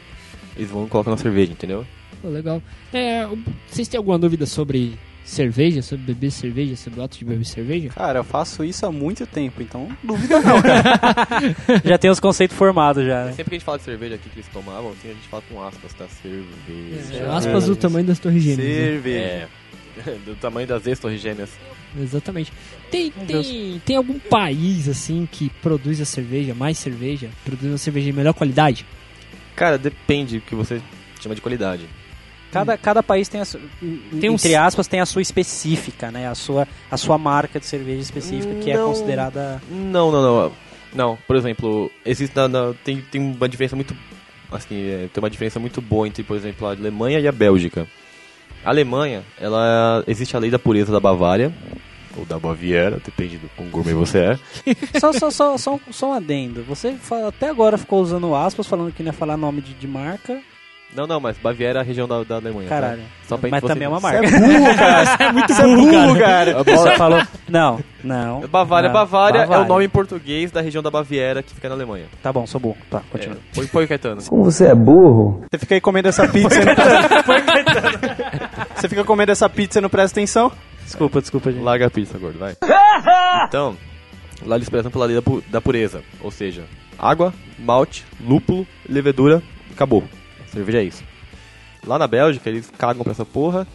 Speaker 4: eles vão colocar na cerveja, entendeu?
Speaker 3: Pô, legal. É, vocês têm alguma dúvida sobre cerveja, sobre beber cerveja, sobre o ato de beber cerveja?
Speaker 5: Cara, eu faço isso há muito tempo, então
Speaker 2: Já tem os conceitos formados já. né?
Speaker 4: Sempre que a gente fala de cerveja aqui que eles tomavam, assim, a gente fala com aspas, tá? Cerveja.
Speaker 3: É, Aspas do tamanho das torres gêmeas. né?
Speaker 5: cerveja.
Speaker 4: É. Do tamanho das ex-torres gêmeas.
Speaker 3: Exatamente. Tem, tem, tem algum país assim que produz a cerveja, mais cerveja, produz uma cerveja de melhor qualidade?
Speaker 4: Cara, depende do que você chama de qualidade.
Speaker 2: Cada, cada país tem a sua,
Speaker 3: Tem um
Speaker 2: entre
Speaker 3: s-
Speaker 2: aspas, tem a sua específica, né? A sua, a sua marca de cerveja específica, que é
Speaker 4: Não.
Speaker 2: considerada...
Speaker 4: Não, não, não. Não, por exemplo, existe na- na- tem, tem uma diferença muito. Assim, é, tem uma diferença muito boa entre, por exemplo, a Alemanha e a Bélgica. A Alemanha, ela. Existe a lei da pureza da Bavária. Ou da Baviera, depende do quão gourmet você é.
Speaker 2: só, só, só, só, um- só um adendo. Você fa- até agora ficou usando aspas, falando que não ia falar nome de, de marca.
Speaker 4: Não, não, mas Baviera é a região da, da Alemanha. tá?
Speaker 2: Caralho.
Speaker 4: Só pra
Speaker 2: Mas
Speaker 4: você-
Speaker 2: também é uma
Speaker 4: Você
Speaker 2: marca.
Speaker 5: burro, cara. Você é muito burro, cara.
Speaker 4: A
Speaker 2: Você
Speaker 4: bola-
Speaker 2: falou. Não, não.
Speaker 4: Bavária,
Speaker 2: não,
Speaker 4: Bavária, é o nome em português da região da Baviera que fica na Alemanha.
Speaker 2: Tá bom, sou burro. Tá, continua.
Speaker 4: É. Põe, põe o Caetano.
Speaker 5: Você fica aí comendo essa pizza e não presta... Você fica comendo essa pizza e não presta atenção?
Speaker 4: É.
Speaker 2: Desculpa, desculpa, gente.
Speaker 4: Larga a pista, gordo, vai. Então, lá eles prezam pela lei da, pu- da pureza, ou seja, água, malte, lúpulo, levedura, acabou. Cerveja é isso. Lá na Bélgica, eles cagam pra essa porra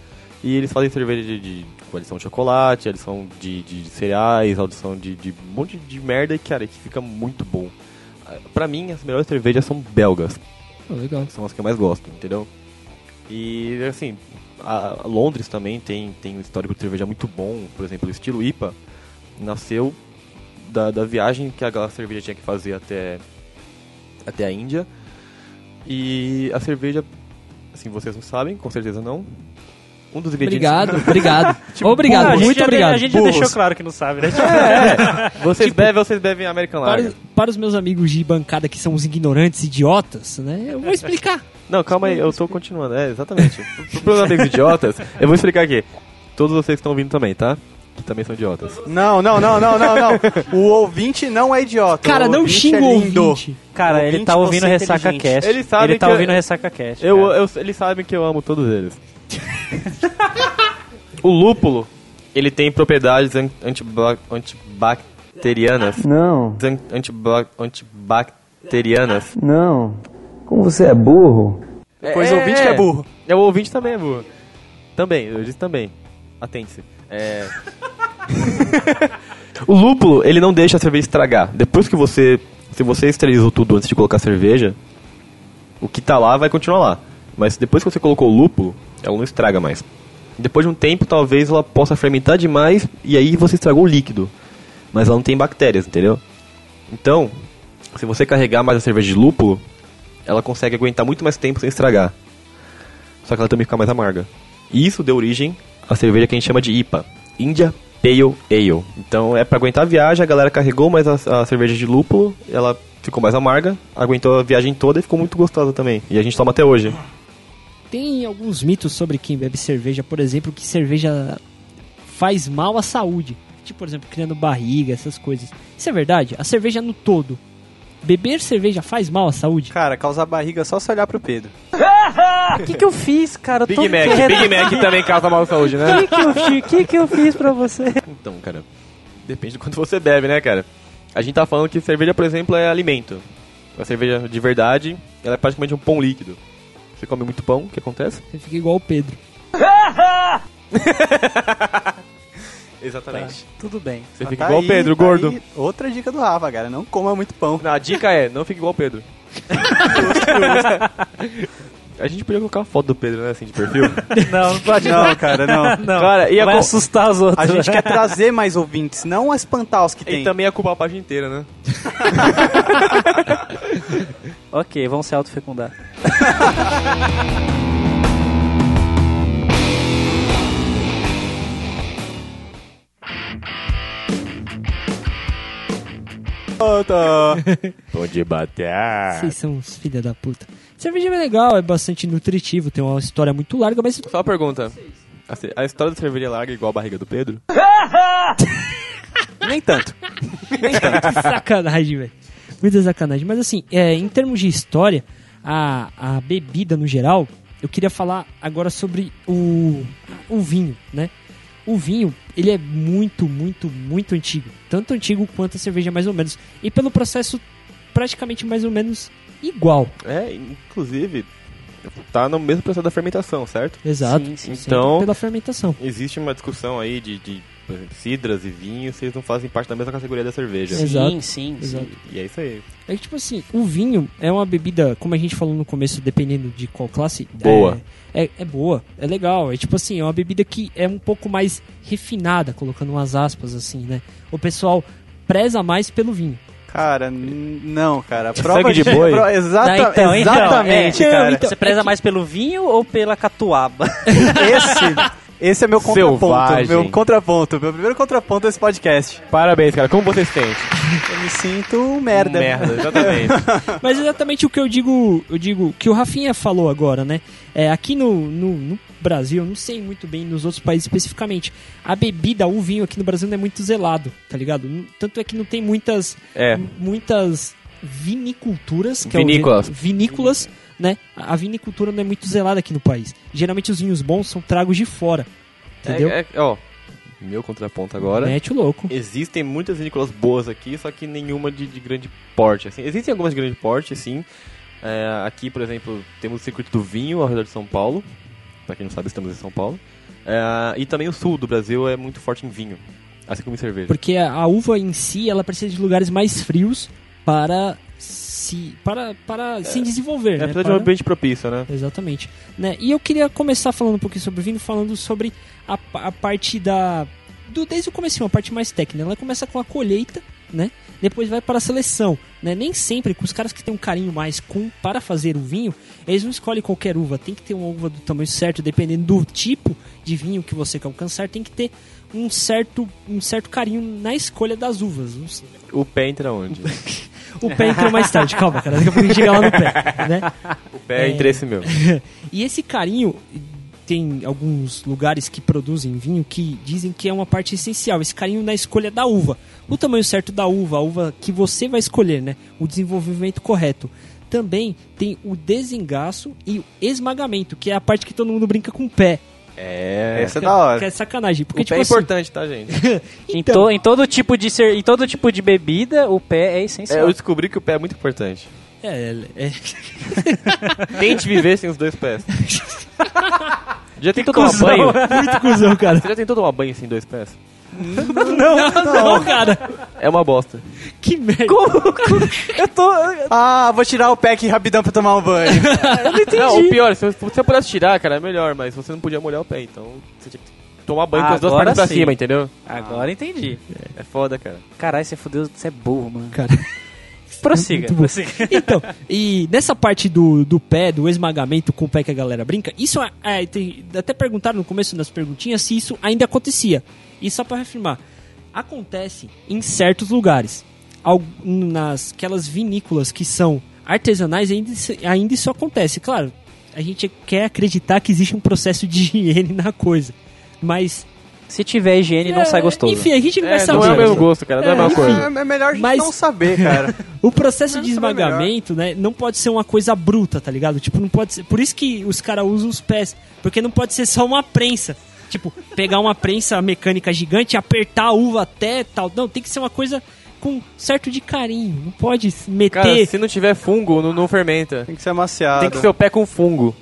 Speaker 4: e eles fazem cerveja de, de com adição de chocolate, adição de, de cereais, adição de, de um monte de merda, e, cara, que fica muito bom. Ah, Pra mim, as melhores cervejas são belgas,
Speaker 3: legal.
Speaker 4: são as que eu mais gosto, entendeu? E assim, a a Londres também tem, tem um histórico de cerveja muito bom, por exemplo, o estilo IPA nasceu da, da viagem que a ga- cerveja tinha que fazer até, até a Índia. E a cerveja, assim, vocês não sabem, com certeza não. Um dos ingredientes.
Speaker 3: Obrigado, obrigado. obrigado,
Speaker 2: Ah, a gente
Speaker 3: muito
Speaker 2: já-
Speaker 3: obrigado.
Speaker 2: A gente já deixou claro que não sabe, né?
Speaker 4: É, Vocês bevem, vocês bevem American
Speaker 3: Para,
Speaker 4: Lager.
Speaker 3: para os meus amigos de bancada que são os ignorantes idiotas, né? Eu vou explicar.
Speaker 4: Não, calma aí, eu tô continuando. É, exatamente. Para os amigos idiotas, eu vou explicar aqui. Todos vocês que estão ouvindo também, tá? Que também são idiotas.
Speaker 5: Não, não, não, não, não, não. O ouvinte não é idiota.
Speaker 3: Cara,
Speaker 5: o
Speaker 3: não
Speaker 5: ouvinte
Speaker 3: xinga
Speaker 5: é
Speaker 3: o
Speaker 5: lindo.
Speaker 3: ouvinte.
Speaker 2: Cara,
Speaker 5: Ouvinte,
Speaker 2: ele tá ouvindo
Speaker 5: você é
Speaker 2: Ressaca
Speaker 5: inteligente.
Speaker 2: Cast.
Speaker 4: Ele sabe
Speaker 2: Ele tá
Speaker 4: que
Speaker 2: ouvindo
Speaker 4: eu-
Speaker 2: Ressaca Cast.
Speaker 4: Eu,
Speaker 2: cara.
Speaker 4: eu- eles sabem que eu amo todos eles. o lúpulo, ele tem propriedades an- antiba- antibacterianas.
Speaker 7: Não,
Speaker 4: An- antiba- antibacterianas.
Speaker 7: não. Como você é burro.
Speaker 5: Pois o ouvinte que é burro.
Speaker 4: É o ouvinte também, é burro. Também, eu disse também. Atente-se. É... o lúpulo, ele não deixa a cerveja estragar. Depois que você... Se você esterilizou tudo antes de colocar a cerveja, o que tá lá vai continuar lá. Mas depois que você colocou o lúpulo, ela não estraga mais. Depois de um tempo, talvez ela possa fermentar demais e aí você estragou o líquido. Mas ela não tem bactérias, entendeu? Então, se você carregar mais a cerveja de lúpulo, ela consegue aguentar muito mais tempo sem estragar. Só que ela também fica mais amarga. E isso deu origem à cerveja que a gente chama de IPA, India Pale Ale. Então é pra aguentar a viagem, a galera carregou mais a, a cerveja de lúpulo, ela ficou mais amarga, aguentou a viagem toda e ficou muito gostosa também. E a gente toma até hoje.
Speaker 3: Tem alguns mitos sobre quem bebe cerveja, por exemplo, que cerveja faz mal à saúde. Tipo, por exemplo, criando barriga, essas coisas. Isso é verdade? A cerveja no todo. Beber cerveja faz mal à saúde?
Speaker 5: Cara, causar barriga é só se olhar pro Pedro.
Speaker 2: O que, que eu fiz, cara? Eu tô
Speaker 4: Big Mac,
Speaker 2: quieto.
Speaker 4: Big Mac também causa mal à saúde, né?
Speaker 2: O que, que, eu fi- que, que eu fiz pra você?
Speaker 4: Então, cara, depende do quanto você bebe, né, cara? A gente tá falando que cerveja, por exemplo, é alimento. A cerveja de verdade, ela é praticamente um pão líquido. Você come muito pão, o que acontece?
Speaker 3: Você fica igual o Pedro.
Speaker 4: Exatamente.
Speaker 2: Tudo bem.
Speaker 4: Você
Speaker 5: Mas
Speaker 4: fica
Speaker 5: tá
Speaker 4: igual o
Speaker 5: aí,
Speaker 4: Pedro,
Speaker 5: tá
Speaker 4: gordo.
Speaker 5: aí. Outra dica do Rafa, cara. Não coma muito pão.
Speaker 4: Não, a dica é, não fique igual o Pedro. a gente podia colocar uma foto do Pedro, né, assim, de perfil.
Speaker 2: Não, não pode não.
Speaker 5: Não, cara, não. é assim,
Speaker 2: Não,
Speaker 4: Cara, e a
Speaker 2: vai
Speaker 4: co-
Speaker 2: assustar os outros. né?
Speaker 5: A gente quer trazer mais ouvintes, não espantar os que
Speaker 4: e
Speaker 5: tem.
Speaker 4: também ia culpar a página inteira, né?
Speaker 2: Ok, vamos se autofecundar.
Speaker 4: Onde bater.
Speaker 3: Vocês são uns filha da puta. Cerveja é legal, é bastante nutritivo, tem uma história muito larga, mas
Speaker 4: Só uma pergunta. A ce- A história da cerveja larga é igual a barriga do Pedro?
Speaker 5: Nem tanto.
Speaker 3: sacanagem, velho. Muita sacanagem. Mas assim, é, em termos de história, a, a bebida no geral, eu queria falar agora sobre o, o vinho, né? O vinho, ele é muito, muito, muito antigo. Tanto antigo quanto a cerveja, mais ou menos. E pelo processo praticamente mais ou menos igual.
Speaker 4: É, inclusive, tá no mesmo processo da fermentação, certo?
Speaker 3: Exato.
Speaker 2: Sim, sim, sim.
Speaker 4: Então-
Speaker 3: Pela fermentação.
Speaker 4: Existe uma discussão aí de, de por exemplo, cidras e vinhos, vocês não fazem parte da mesma categoria da cerveja.
Speaker 3: Sim. Exato.
Speaker 2: Sim, sim,
Speaker 3: Exato.
Speaker 2: sim.
Speaker 4: E é isso aí.
Speaker 3: É que, tipo assim, o vinho é uma bebida, como a gente falou no começo, dependendo de qual classe.
Speaker 4: Boa.
Speaker 3: É, é, é boa, é legal. É tipo assim, é uma bebida que é um pouco mais refinada, colocando umas aspas assim, né? O pessoal preza mais pelo vinho.
Speaker 5: Cara, n- não, cara. Prova
Speaker 4: de boi?
Speaker 5: pro- exata-
Speaker 2: Ah, então, então,
Speaker 5: tá, exatamente,
Speaker 2: é.
Speaker 5: cara.
Speaker 2: Você preza mais pelo vinho ou pela catuaba?
Speaker 5: Esse, Esse é meu contraponto.
Speaker 4: Selvagem.
Speaker 5: Meu contraponto. Meu primeiro contraponto a esse podcast.
Speaker 4: Parabéns, cara. Como você se sente?
Speaker 5: Eu me sinto um merda.
Speaker 4: Merda, exatamente.
Speaker 3: Mas exatamente o que eu digo, eu digo que o Rafinha falou agora, né? É, aqui no, no, no Brasil, eu não sei muito bem nos outros países especificamente, a bebida, o vinho aqui no Brasil não é muito zelado, tá ligado? Não- Tanto é que não tem muitas
Speaker 4: É.
Speaker 3: muitas viniculturas, que
Speaker 4: Vinícolas.
Speaker 3: é o vi- vinícolas, né? A a vinicultura não é muito zelada aqui no país. Geralmente os vinhos bons são tragos de fora, entendeu?
Speaker 4: É, né? é- ó, meu contraponto agora.
Speaker 3: Mete o louco.
Speaker 4: Existem muitas vinícolas boas aqui, só que nenhuma de, de grande porte. Assim. Existem algumas de grande porte, sim. É, aqui, por exemplo, temos o Circuito do Vinho ao redor de São Paulo. Pra quem não sabe, estamos em São Paulo. É, e também o sul do Brasil é muito forte em vinho, assim como em cerveja.
Speaker 3: Porque a a uva em si, ela precisa de lugares mais frios para se para para se desenvolver,
Speaker 4: É,
Speaker 3: né?
Speaker 4: apesar de um
Speaker 3: Para-
Speaker 4: ambiente propício, né?
Speaker 3: Exatamente. Né? E eu queria começar falando um pouquinho sobre o vinho, falando sobre a, pa- a parte da. Do, desde o começo, a parte mais técnica. né? Ela começa com a colheita, né? Depois vai para a seleção. Né? Nem sempre, com os caras que têm um carinho mais com para fazer o vinho, eles não escolhem qualquer uva. Tem que ter uma uva do tamanho certo, dependendo do tipo de vinho que você quer alcançar, tem que ter um certo, um certo carinho na escolha das uvas. Não sei.
Speaker 4: O pé entra onde?
Speaker 3: O pé entrou mais tarde, calma, cara. Daqui a pouco a gente chega lá no pé. Né?
Speaker 4: o pé é
Speaker 3: É.
Speaker 4: interesse meu.
Speaker 3: E esse carinho tem alguns lugares que produzem vinho que dizem que é uma parte essencial, esse carinho na escolha da uva. O tamanho certo da uva, a uva que você vai escolher, né? O desenvolvimento correto. Também tem o desengaço e o esmagamento, que é a parte que todo mundo brinca com o pé.
Speaker 4: É.
Speaker 5: Essa é da hora.
Speaker 3: Que é sacanagem, porque
Speaker 4: o pé
Speaker 3: tipo
Speaker 4: é
Speaker 3: assim,
Speaker 4: importante, tá, gente?
Speaker 2: Em,
Speaker 3: Então.
Speaker 2: to- em todo tipo de ser, em todo tipo de bebida, o pé é
Speaker 4: É,
Speaker 2: essencial.
Speaker 4: eu descobri que o pé é muito importante.
Speaker 3: é, é,
Speaker 4: Tente viver sem os dois pés. Já tentou tomar
Speaker 3: cuzão,
Speaker 4: banho?
Speaker 3: muito cuzão, cara.
Speaker 4: Você já tentou tomar banho sem dois pés?
Speaker 3: Não, não, cara.
Speaker 4: É uma bosta.
Speaker 3: Que merda.
Speaker 2: Eu tô, eu
Speaker 5: Ah, vou tirar o pack rapidão pra tomar um banho.
Speaker 2: não entendi.
Speaker 4: Não, o pior, se você pudesse tirar, cara, é melhor, mas você não podia molhar o pé, então você tinha que tomar banho com as duas
Speaker 2: Agora
Speaker 4: partes pra
Speaker 2: sim.
Speaker 4: cima, entendeu?
Speaker 2: Agora entendi.
Speaker 4: É foda, cara.
Speaker 2: Caralho, você fudeu, você é burro, mano.
Speaker 3: Cara.
Speaker 2: Prossiga,
Speaker 3: Muito bom.
Speaker 2: prossiga.
Speaker 3: Então, e nessa parte do, do pé, do esmagamento com o pé que a galera brinca, isso é, é, tem- até perguntaram no começo das perguntinhas se isso ainda acontecia. E só pra reafirmar, acontece em certos lugares. Al- Nas aquelas vinícolas que são artesanais, ainda, isso- ainda isso acontece. Claro, a gente quer acreditar que existe um processo de higiene na coisa. Mas.
Speaker 2: Se tiver higiene, não sai
Speaker 3: É,
Speaker 2: gostoso.
Speaker 3: Enfim, a gente não vai
Speaker 4: É,
Speaker 3: saber.
Speaker 4: não é o mesmo gosto, cara, não é a
Speaker 3: É,
Speaker 4: mesma
Speaker 3: enfim.
Speaker 4: coisa.
Speaker 5: É, é melhor a gente
Speaker 3: Mas-
Speaker 5: não saber, cara.
Speaker 3: O processo
Speaker 5: Mas
Speaker 3: de
Speaker 5: isso vai
Speaker 3: esmagamento, né, não pode ser uma coisa bruta, tá ligado? Tipo, não pode ser. Por isso que os caras usam os pés, porque não pode ser só uma prensa. Tipo, pegar uma prensa mecânica gigante, apertar a uva até tal. Não, tem que ser uma coisa com certo de carinho. Não pode se meter.
Speaker 4: Cara, se não tiver fungo, não, não fermenta.
Speaker 5: Tem que ser amaciado.
Speaker 4: Tem que ser o pé com fungo.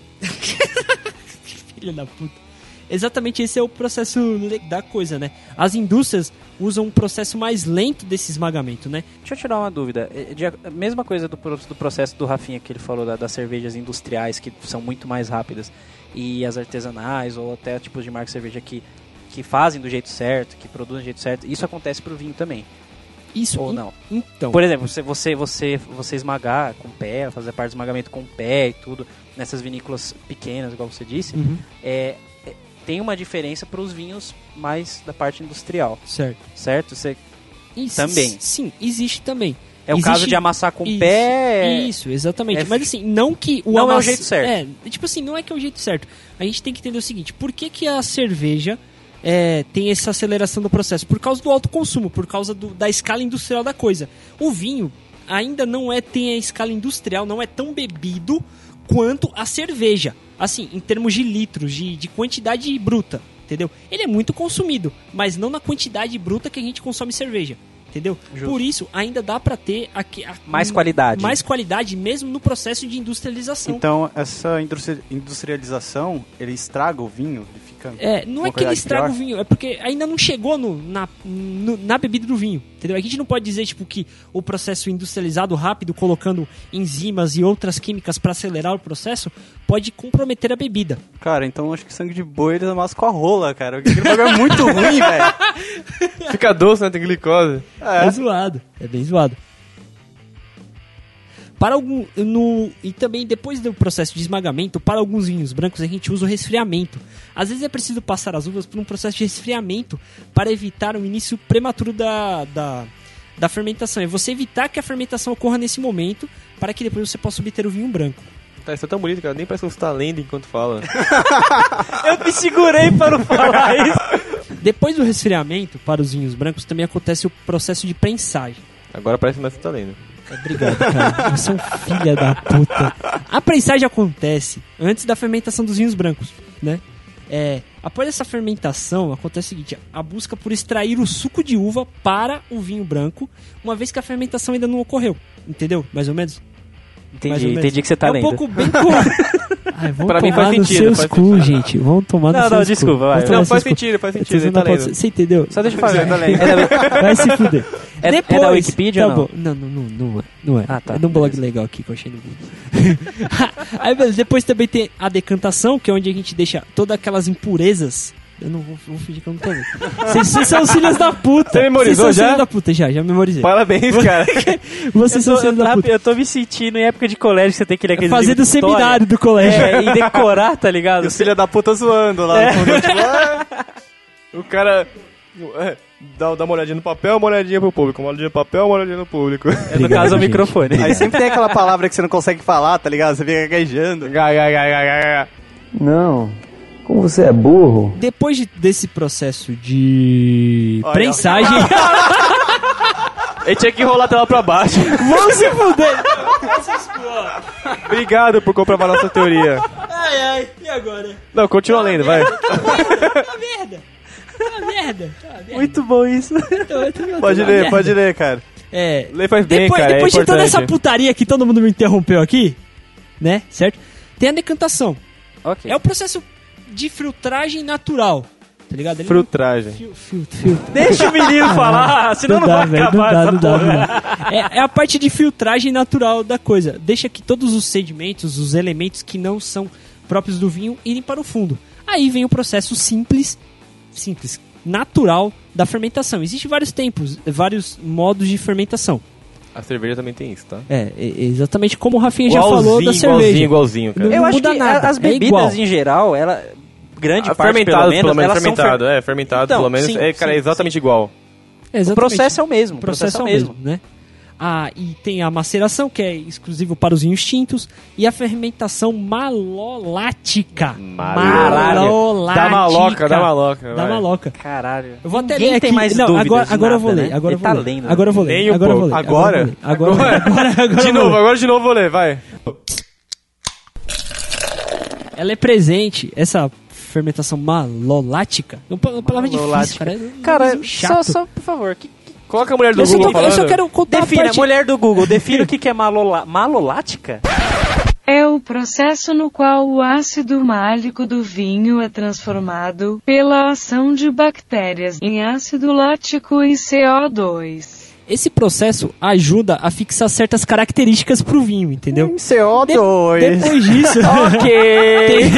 Speaker 3: Filho da puta. Exatamente esse é o processo le- da coisa, né? As indústrias usam um processo mais lento desse esmagamento, né?
Speaker 2: Deixa eu tirar uma dúvida. É, de- a mesma coisa do, pro- do processo do Rafinha que ele falou da- das cervejas industriais que são muito mais rápidas e as artesanais ou até tipos de marca de cerveja que, que fazem do jeito certo, que produzem do jeito certo. Isso acontece pro vinho também,
Speaker 3: Isso.
Speaker 2: ou
Speaker 3: en-
Speaker 2: não?
Speaker 3: Então.
Speaker 2: Por exemplo, você, você, você, você esmagar com o pé, fazer parte do esmagamento com o pé e tudo, nessas vinícolas pequenas, igual você disse,
Speaker 3: Uhum,
Speaker 2: é, é- tem uma diferença pros vinhos mais da parte industrial,
Speaker 3: certo.
Speaker 2: certo? Você,
Speaker 3: Isso,
Speaker 2: Também.
Speaker 3: Sim, existe também.
Speaker 2: é o
Speaker 3: Existe-
Speaker 2: caso de amassar com o
Speaker 3: Isso,
Speaker 2: pé.
Speaker 3: Isso, exatamente.
Speaker 2: é-
Speaker 3: Mas assim, não que o
Speaker 2: Não é o
Speaker 3: amass-
Speaker 2: jeito certo.
Speaker 3: É, tipo assim, não é que é o jeito certo. A gente tem que entender o seguinte: por que, que a cerveja é, tem essa aceleração do processo? Por causa do alto consumo, por causa do- da escala industrial da coisa. O vinho ainda não é tem a escala industrial, não é tão bebido quanto a cerveja. Assim, em termos de litros, de, de quantidade bruta, entendeu? Ele é muito consumido, mas não na quantidade bruta que a gente consome cerveja. Entendeu?
Speaker 2: Justo.
Speaker 3: Por isso, ainda dá pra ter aqui, a-
Speaker 2: é Mais qualidade.
Speaker 3: mais qualidade mesmo no processo de industrialização.
Speaker 5: Então, essa industri- industrialização, ele estraga o vinho? Ele fica...
Speaker 3: é, não
Speaker 5: Uma
Speaker 3: é que ele
Speaker 5: qualidade
Speaker 3: estraga
Speaker 5: pior?
Speaker 3: o vinho, é porque ainda não chegou no, na, no- na bebida do vinho, entendeu? A gente não pode dizer tipo que o processo industrializado rápido, colocando enzimas e outras químicas para acelerar o processo, pode comprometer a bebida.
Speaker 5: Cara, então acho que sangue de boi eles amassam com a rola, cara. Aquele bagulho é muito ruim, velho.
Speaker 4: Fica doce, né? Tem glicose.
Speaker 3: É, zoado, é bem zoado. Para algum, no, e também depois do processo de esmagamento, para alguns vinhos brancos a gente usa o resfriamento. Às vezes é preciso passar as uvas por um processo de resfriamento para evitar o início prematuro da, da, da fermentação. É você evitar que a fermentação ocorra nesse momento para que depois você possa obter o vinho branco.
Speaker 4: Tá, isso é tão bonito, cara. Nem parece que você tá lendo enquanto fala.
Speaker 2: Eu me segurei para não falar isso.
Speaker 3: Depois do resfriamento, para os vinhos brancos, também acontece o processo de prensagem.
Speaker 4: Agora parece mais que você tá lendo.
Speaker 3: Obrigado, cara. Você é um filho da puta. A prensagem acontece antes da fermentação dos vinhos brancos, né? É, após essa fermentação, acontece o seguinte: a busca por extrair o suco de uva para o vinho branco, uma vez que a fermentação ainda não ocorreu. Entendeu? Mais ou menos? Mais ou
Speaker 2: Entendi,
Speaker 3: menos.
Speaker 2: entendi que você tá
Speaker 3: é um
Speaker 2: lendo.
Speaker 3: pouco bem com... Ai, vão
Speaker 4: Pra mim
Speaker 3: tomar
Speaker 4: faz
Speaker 3: nos
Speaker 4: sentido,
Speaker 3: seus
Speaker 4: faz
Speaker 3: cu, gente. Vão tomar
Speaker 2: Não,
Speaker 3: nos
Speaker 2: não,
Speaker 3: seus cu.
Speaker 2: desculpa, vai.
Speaker 3: Vão tomar
Speaker 4: Não,
Speaker 3: nos
Speaker 4: faz
Speaker 3: seus cu.
Speaker 4: sentido, faz
Speaker 3: Eu tô
Speaker 4: sentido. Ele
Speaker 3: dizendo,
Speaker 4: tá
Speaker 3: não pode
Speaker 4: lendo.
Speaker 3: ser- Você entendeu?
Speaker 2: Só deixa eu falar.
Speaker 3: Vai se fuder.
Speaker 2: É- é da Wikipedia
Speaker 3: tá
Speaker 2: ou não?
Speaker 3: bom. Não, não, não, não é. Não é.
Speaker 2: Ah, tá.
Speaker 3: É de um blog legal aqui que eu achei no Google. Aí, beleza. Depois também tem a decantação, que é onde a gente deixa todas aquelas impurezas. Eu não vou, vou fingir que eu não tô vendo. Vocês, vocês são os filhos da puta.
Speaker 4: Você memorizou
Speaker 3: Vocês são os
Speaker 4: já?
Speaker 3: filhos da puta, já, já memorizei.
Speaker 4: Parabéns, cara.
Speaker 3: Vocês são
Speaker 2: eu,
Speaker 3: os
Speaker 2: tô,
Speaker 3: filhos da
Speaker 2: eu,
Speaker 3: puta. É
Speaker 2: tá- eu tô me sentindo em época de colégio que você tem que ler aquele
Speaker 3: Fazendo o seminário do colégio.
Speaker 2: É, e decorar, tá ligado?
Speaker 5: E os filha da puta zoando lá no fundo. Tipo, "Ah,
Speaker 4: o cara. é, Dá, dá uma olhadinha no papel, uma olhadinha pro público. Uma olhadinha no papel, uma olhadinha no público.
Speaker 2: É, no caso, é o
Speaker 3: gente.
Speaker 2: microfone.
Speaker 5: Aí sempre tem aquela palavra que você não consegue falar, tá ligado? Você fica gaguejando.
Speaker 4: Gai, gai, gai, gai, gai, gai.
Speaker 7: Não. Como você é burro?
Speaker 3: Depois de- desse processo de prensagem,
Speaker 4: Ele tinha que enrolar a tela pra baixo.
Speaker 3: vão se fuder.
Speaker 4: Obrigado por comprovar nossa teoria.
Speaker 3: Ai, ai, e agora?
Speaker 4: Não, continua lendo, vai.
Speaker 3: Tá merda. Tá merda. Tá merda.
Speaker 5: Muito bom isso.
Speaker 3: Então, eu tô-
Speaker 5: Pode
Speaker 3: tá
Speaker 5: ler,
Speaker 3: merda.
Speaker 5: pode ler, cara.
Speaker 3: É,
Speaker 4: Lê faz bem,
Speaker 3: depois,
Speaker 4: cara.
Speaker 3: depois
Speaker 4: é
Speaker 3: de toda essa
Speaker 4: importante.
Speaker 3: putaria que todo mundo me interrompeu aqui, né? Certo? Tem a decantação.
Speaker 2: Ok.
Speaker 3: É o processo de filtragem natural. Tá ligado? Ele
Speaker 4: Frutragem.
Speaker 3: Fil- filtro, filtro.
Speaker 2: Deixa o menino falar, senão não, vai
Speaker 3: velho,
Speaker 2: acabar essa porra.
Speaker 3: não dá. É, é a parte de filtragem natural da coisa. Deixa que todos os sedimentos, os elementos que não são próprios do vinho, irem para o fundo. Aí vem o processo simples, simples, natural da fermentação. Existem vários tempos, vários modos de fermentação.
Speaker 4: A cerveja também tem isso, tá?
Speaker 3: É, e- exatamente como o Rafinha já falou da
Speaker 4: igualzinho,
Speaker 3: cerveja.
Speaker 4: igualzinho, cara.
Speaker 3: Não
Speaker 2: Eu acho
Speaker 3: muda
Speaker 2: que
Speaker 3: nada,
Speaker 2: a- as
Speaker 3: é
Speaker 2: bebidas
Speaker 3: igual.
Speaker 2: em geral, ela grande
Speaker 4: Ah,
Speaker 2: parte pelo
Speaker 4: fermentado,
Speaker 2: menos, elas são fer-
Speaker 4: fermentado, é, fermentado,
Speaker 2: Então,
Speaker 4: pelo menos.
Speaker 2: sim,
Speaker 4: é, cara,
Speaker 2: sim,
Speaker 4: é exatamente igual.
Speaker 2: O processo é o mesmo, o processo, é o mesmo.
Speaker 3: né? Ah, e tem a maceração, que é exclusivo para os vinhos tintos, e a fermentação malolática.
Speaker 4: Malolática.
Speaker 3: Malolática.
Speaker 4: Dá maloca, dá maloca,
Speaker 3: Dá
Speaker 4: vai.
Speaker 3: maloca.
Speaker 2: Caralho.
Speaker 3: Eu vou até
Speaker 2: Ninguém
Speaker 3: ler aqui.
Speaker 2: tem mais
Speaker 3: Não,
Speaker 2: dúvidas
Speaker 3: agora,
Speaker 2: de
Speaker 3: agora eu vou
Speaker 2: nada,
Speaker 3: ler,
Speaker 2: né?
Speaker 3: agora eu
Speaker 2: Ele
Speaker 3: vou
Speaker 2: tá
Speaker 3: ler.
Speaker 2: lendo, né?
Speaker 3: Agora eu vou ler.
Speaker 4: Nem um
Speaker 3: agora eu vou ler.
Speaker 4: pouco.
Speaker 3: Agora eu vou ler, Agora eu vou ler. Agora, agora
Speaker 4: de
Speaker 3: eu vou
Speaker 4: novo,
Speaker 3: ler.
Speaker 4: agora de novo vou ler, vai.
Speaker 3: Ela é presente, essa fermentação malolática. É uma pa- uma palavra difícil, cara. É um
Speaker 2: Cara,
Speaker 3: nome
Speaker 2: só,
Speaker 3: chato.
Speaker 2: só, por favor, que,
Speaker 4: Coloca a mulher do
Speaker 3: Eu só,
Speaker 4: Google
Speaker 3: tô- eu
Speaker 4: falando.
Speaker 3: só quero contar a
Speaker 2: defina,
Speaker 3: parte...
Speaker 2: mulher do Google, defina o que, que é malola, malolática?
Speaker 8: É o processo no qual o ácido málico do vinho é transformado, pela ação de bactérias, em ácido lático e CO2.
Speaker 3: Esse processo ajuda a fixar certas características pro vinho, entendeu?
Speaker 5: CO2.
Speaker 3: Depois disso,
Speaker 2: ok!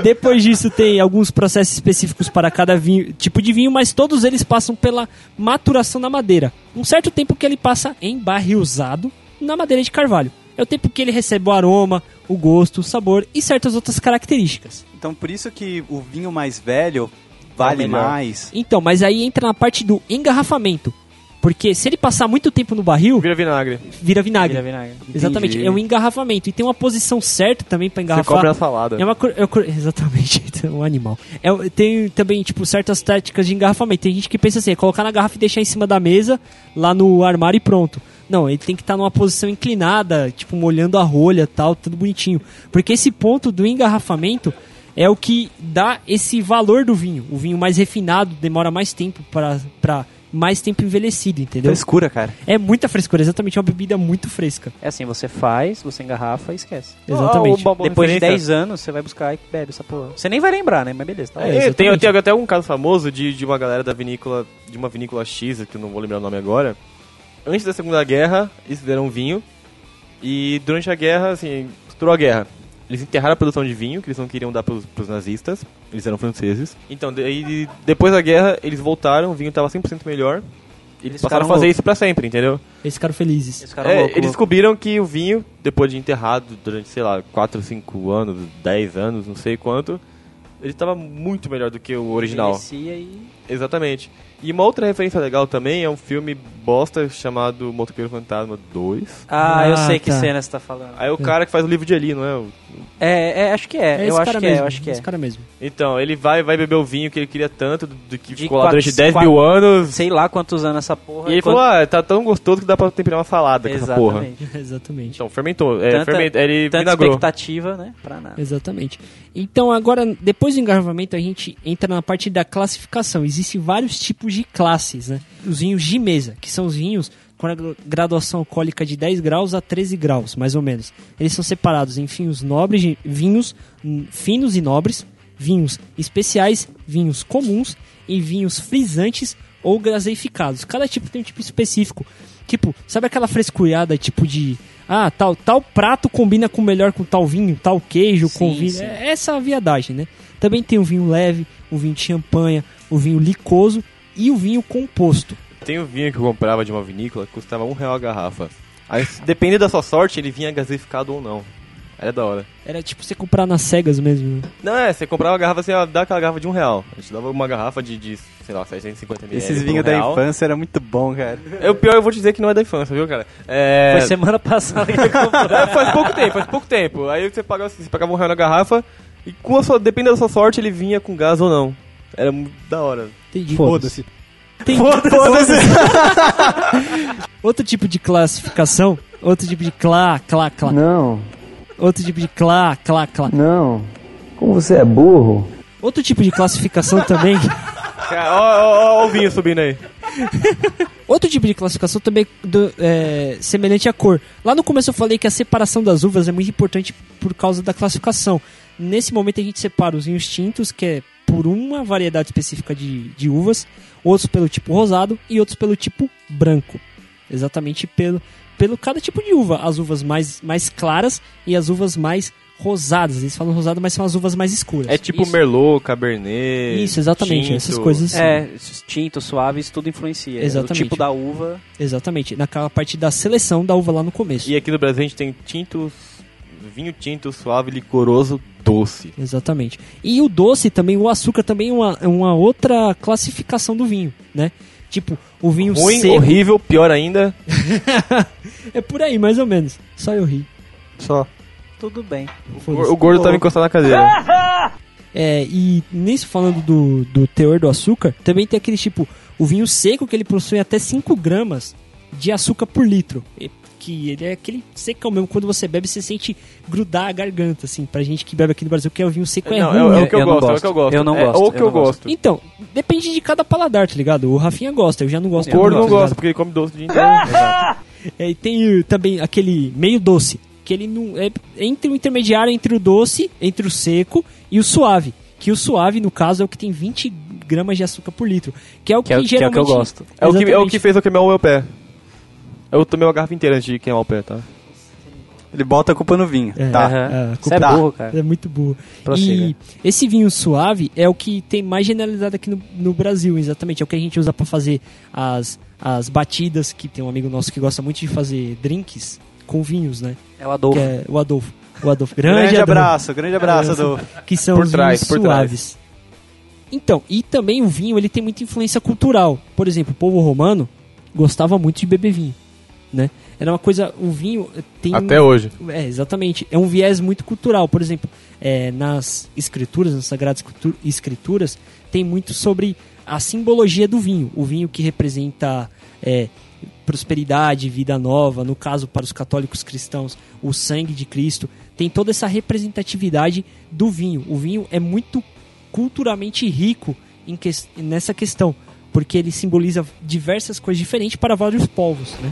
Speaker 3: depois disso tem alguns processos específicos para cada vinho- tipo de vinho, mas todos eles passam pela maturação na madeira. Um certo tempo que ele passa em barrilzado na madeira de carvalho. É o tempo que ele recebe o aroma, o gosto, o sabor e certas outras características.
Speaker 5: Então por isso que o vinho mais velho vale
Speaker 4: É o melhor.
Speaker 5: mais.
Speaker 3: Então, mas aí entra na parte do engarrafamento. Porque se ele passar muito tempo no barril,
Speaker 4: Vira vinagre.
Speaker 3: vira vinagre.
Speaker 2: Vira vinagre.
Speaker 3: Exatamente, é um engarrafamento. E tem uma posição certa também pra
Speaker 4: Você come
Speaker 3: engarrafar.
Speaker 4: na salada.
Speaker 3: É uma cur- é cur- Exatamente, é um animal. É o- tem também, tipo, certas táticas de engarrafamento. Tem gente que pensa assim, é colocar na garrafa e deixar em cima da mesa, lá no armário e pronto. Não, ele tem que estar numa posição inclinada, tipo, molhando a rolha tal, tudo bonitinho. Porque esse ponto do engarrafamento é o que dá esse valor do vinho. O vinho mais refinado demora mais tempo para pra mais tempo envelhecido, entendeu?
Speaker 5: Frescura, cara.
Speaker 3: É muita frescura, exatamente, é uma bebida muito fresca.
Speaker 2: É assim, você faz, você engarrafa e esquece.
Speaker 3: Exatamente.
Speaker 4: Ah, o- Boa
Speaker 2: Depois de
Speaker 4: referência.
Speaker 2: 10 anos, você vai buscar e bebe essa porra. Você nem vai lembrar, né? Mas beleza, tá
Speaker 3: É,
Speaker 2: ótimo.
Speaker 4: É, tem,
Speaker 3: exatamente.
Speaker 4: tem até um caso famoso de, de uma galera da vinícola, de uma vinícola X, que eu não vou lembrar o nome agora. Antes da Segunda Guerra, eles fizeram vinho. E durante a guerra, assim, estourou a guerra. Eles enterraram a produção de vinho, que eles não queriam dar pros, pros nazistas. Eles eram franceses. Então, daí, depois da guerra, eles voltaram, o vinho tava 100% melhor.
Speaker 2: Eles
Speaker 4: passaram a
Speaker 2: ficaram
Speaker 4: fazer
Speaker 2: loucos.
Speaker 4: isso pra sempre, entendeu?
Speaker 3: Eles ficaram felizes.
Speaker 2: Eles ficaram
Speaker 4: É,
Speaker 2: loucos,
Speaker 4: eles
Speaker 2: loucos.
Speaker 4: descobriram que o vinho, depois de enterrado durante, sei lá, 4, 5 anos, 10 anos, não sei quanto, ele estava muito melhor do que o original.
Speaker 2: Envelhecia e-
Speaker 4: Exatamente. E uma outra referência legal também é um filme bosta chamado Motoqueiro Fantasma 2.
Speaker 2: Ah, eu sei que
Speaker 3: tá.
Speaker 2: cena você tá falando.
Speaker 4: Aí o cara que faz o livro de Eli, não é? O-
Speaker 2: É, é, acho que é. eu
Speaker 3: esse
Speaker 2: acho
Speaker 3: cara
Speaker 2: que
Speaker 3: mesmo,
Speaker 2: é, eu acho que é.
Speaker 3: Esse cara mesmo.
Speaker 4: Então, ele vai vai beber o vinho que ele queria tanto, do, do que
Speaker 2: De
Speaker 4: ficou lá durante
Speaker 2: quatro-
Speaker 4: 10
Speaker 2: quatro-
Speaker 4: mil anos.
Speaker 2: Sei lá quantos anos essa porra.
Speaker 4: E ele
Speaker 2: quant-
Speaker 4: falou, ah, tá tão gostoso que dá pra temperar uma salada com essa porra.
Speaker 2: Exatamente.
Speaker 3: Exatamente.
Speaker 4: Então, fermentou. É,
Speaker 2: Tanta-
Speaker 4: ferment- Ele
Speaker 2: Tanta
Speaker 4: vinagrou.
Speaker 2: expectativa, né? Pra nada.
Speaker 3: Exatamente. Então, agora, depois do engarrafamento, a gente entra na parte da classificação. Existem vários tipos de classes, né? Os vinhos de mesa, que são os vinhos com a gra- graduação alcoólica de 10 graus a 13 graus, mais ou menos. Eles são separados em vinhos nobres, de- vinhos hum, finos e nobres, vinhos especiais, vinhos comuns e vinhos frisantes ou gaseificados. Cada tipo tem um tipo específico. Tipo, sabe aquela frescurada tipo de ah, tal, tal prato combina com melhor com tal vinho, tal queijo com
Speaker 2: Sim,
Speaker 3: vinho.
Speaker 2: sim.
Speaker 3: É essa a viadagem, né? Também tem o vinho leve, o vinho de champanha, o vinho licoso e o vinho composto.
Speaker 4: Tem um vinho que eu comprava de uma vinícola que custava um real a garrafa. Aí, dependendo da sua sorte, ele vinha gaseificado ou não. Era da hora.
Speaker 3: Era tipo você comprar nas cegas mesmo. né?
Speaker 4: Não, é, você comprava a garrafa, você ia dar aquela garrafa de um real. A gente dava uma garrafa de, de sei lá, 750 ml.
Speaker 5: Esses
Speaker 4: por um
Speaker 5: vinhos da
Speaker 4: real.
Speaker 5: infância era muito bom, cara.
Speaker 4: É, o pior eu vou te dizer que não é da infância, viu, cara? É...
Speaker 2: Foi semana passada que eu comprei.
Speaker 4: É, faz pouco tempo, faz pouco tempo. Aí você pagava, assim, você pagava um real na garrafa e com a sua, dependendo da sua sorte, ele vinha com gás ou não. Era muito da hora.
Speaker 3: Entendi.
Speaker 1: Foda-se.
Speaker 3: Tem outro tipo de classificação, outro tipo de clá, clá, clá.
Speaker 7: Não,
Speaker 3: Outro tipo de clá, clá, clá.
Speaker 7: não. Como você é burro?
Speaker 3: Outro tipo de classificação também.
Speaker 4: Cara, ó, ó, ó, ó o vinho subindo aí.
Speaker 3: Outro tipo de classificação também do- é, semelhante à cor. Lá no começo eu falei que a separação das uvas é muito importante por causa da classificação. Nesse momento a gente separa os vinhos tintos, que é por uma variedade específica de, de uvas, outros pelo tipo rosado e outros pelo tipo branco. Exatamente pelo, pelo cada tipo de uva. As uvas mais, mais claras e as uvas mais rosadas. Eles falam rosado, mas são as uvas mais escuras.
Speaker 4: É tipo
Speaker 3: Isso.
Speaker 4: Merlot, Cabernet.
Speaker 3: Isso, exatamente.
Speaker 4: Tinto.
Speaker 3: Essas coisas. assim.
Speaker 2: É, esses tintos, suaves, tudo influencia.
Speaker 3: Exatamente.
Speaker 2: O tipo da uva.
Speaker 3: Exatamente. Naquela parte da seleção da uva lá no começo.
Speaker 4: E aqui no Brasil a gente tem tintos, vinho tinto, suave, licoroso, doce.
Speaker 3: Exatamente. E o doce também, o açúcar também é uma, é uma outra classificação do vinho, né? Tipo, o vinho
Speaker 4: Ruim,
Speaker 3: seco.
Speaker 4: horrível, pior ainda.
Speaker 3: É por aí, mais ou menos. Só eu ri.
Speaker 5: Só.
Speaker 2: Tudo bem.
Speaker 4: O,
Speaker 3: Foda-se.
Speaker 4: o gordo tava encostado na cadeira.
Speaker 3: É, e nisso falando do, do teor do açúcar, também tem aquele tipo, o vinho seco que ele possui até 5 gramas de açúcar por litro. E- Que ele é aquele secão mesmo, quando você bebe, você sente grudar a garganta, assim, pra gente que bebe aqui no Brasil, que é o vinho seco é ruim.
Speaker 4: é, o- é
Speaker 2: ruim.
Speaker 4: o que eu,
Speaker 2: Eu não
Speaker 4: gosto, é o que eu
Speaker 2: gosto.
Speaker 4: gosto.
Speaker 2: Eu não
Speaker 4: É
Speaker 2: gosto,
Speaker 4: o que
Speaker 2: eu
Speaker 4: eu,
Speaker 2: não
Speaker 4: gosto.
Speaker 3: Então, depende de cada paladar, tá ligado? O Rafinha gosta, eu já não gosto.
Speaker 4: O gordo não
Speaker 3: muito, tá ligado?
Speaker 4: gosta, porque ele come doce o dia inteiro.
Speaker 3: É, e tem uh, também aquele meio doce, que ele não é entre o intermediário entre o doce, entre o seco e o suave, que o suave no caso é o que tem 20 gramas de açúcar por litro, que é o que,
Speaker 2: é o- que é o
Speaker 3: geralmente
Speaker 2: que eu gosto.
Speaker 4: É o, que, é o
Speaker 3: Exatamente.
Speaker 4: que fez eu queimar o meu pé. Eu tomei uma garrafa inteira antes de queimar o pé, tá?
Speaker 5: Ele bota a culpa no vinho.
Speaker 3: É,
Speaker 5: Tá.
Speaker 3: é, a
Speaker 2: Você é
Speaker 3: culpa-
Speaker 2: burro, cara.
Speaker 3: é muito burro.
Speaker 2: Prossiga.
Speaker 3: E esse vinho suave é o que tem mais generalizado aqui no, no Brasil, exatamente. É o que a gente usa pra fazer as, as batidas, que tem um amigo nosso que gosta muito de fazer drinks com vinhos, né?
Speaker 2: É o Adolfo.
Speaker 3: Que é o Adolfo. O Adolfo. Grande,
Speaker 5: Grande
Speaker 3: Adolfo.
Speaker 5: abraço, grande abraço do.
Speaker 3: que são
Speaker 4: Por
Speaker 3: os
Speaker 4: trás,
Speaker 3: vinhos
Speaker 4: por trás.
Speaker 3: suaves. Então, e também o vinho ele tem muita influência cultural. Por exemplo, o povo romano gostava muito de beber vinho, né? Era uma coisa, o vinho eh, tem
Speaker 4: hoje.
Speaker 3: é, exatamente. É um viés muito cultural. Por exemplo, é, nas escrituras, nas sagradas Escritu- escrituras, tem muito sobre a simbologia do vinho. O vinho que representa é, prosperidade, vida nova, no caso para os católicos cristãos, o sangue de Cristo. Tem toda essa representatividade do vinho. O vinho é muito culturalmente rico em ques- nessa questão, porque ele simboliza diversas coisas diferentes para vários povos, né?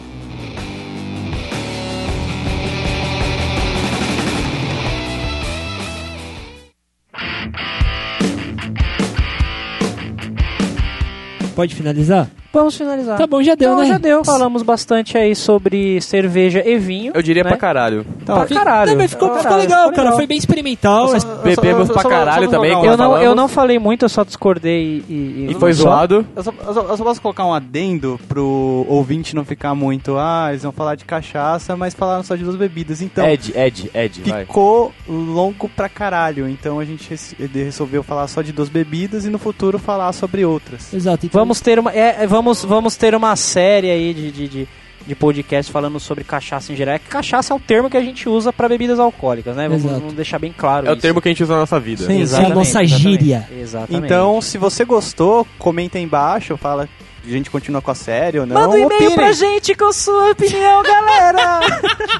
Speaker 3: Pode finalizar?
Speaker 2: Vamos finalizar.
Speaker 3: Tá bom, já deu,
Speaker 2: Então,
Speaker 3: né?
Speaker 2: já deu. Falamos bastante aí sobre cerveja e vinho.
Speaker 4: Eu diria
Speaker 2: né?
Speaker 4: pra caralho.
Speaker 2: Pra
Speaker 3: Fi-
Speaker 2: caralho.
Speaker 3: Não, mas ficou,
Speaker 2: Pra
Speaker 3: ficou
Speaker 2: caralho,
Speaker 3: legal,
Speaker 2: ficou
Speaker 3: cara.
Speaker 2: legal.
Speaker 3: Foi bem experimental.
Speaker 5: Eu
Speaker 3: mas-
Speaker 5: só-
Speaker 4: Bebemos
Speaker 5: eu só-
Speaker 4: pra
Speaker 5: eu só-
Speaker 4: caralho
Speaker 5: eu só vou
Speaker 4: também,
Speaker 5: jogar
Speaker 2: um Eu
Speaker 5: uma-
Speaker 2: não, eu
Speaker 4: falamos.
Speaker 2: não falei muito, eu só discordei e...
Speaker 4: E foi
Speaker 2: só-
Speaker 4: zoado.
Speaker 5: Eu só, eu, só, eu só posso colocar um adendo pro ouvinte não ficar muito, ah, eles vão falar de cachaça, mas falaram só de duas bebidas. Então,
Speaker 4: Ed, Ed, Ed, vai.
Speaker 5: ficou longo pra caralho. Então a gente res- resolveu falar só de duas bebidas e no futuro falar sobre outras.
Speaker 3: Exato. então-
Speaker 2: Vamos ter uma, é, é, vamos, vamos ter uma série aí de, de, de, de podcast falando sobre cachaça em geral. É que cachaça é um termo que a gente usa pra bebidas alcoólicas, né? Vamos,
Speaker 3: Exato.
Speaker 2: vamos deixar bem claro
Speaker 4: É o
Speaker 2: isso.
Speaker 4: termo que a gente usa na nossa vida.
Speaker 3: Sim. Essa é a nossa gíria.
Speaker 2: Exatamente.
Speaker 5: Então, se você gostou, comenta aí embaixo, fala a gente continua com a série ou não. é
Speaker 2: Manda um e-mail
Speaker 5: Opinem.
Speaker 2: pra gente com sua opinião, galera!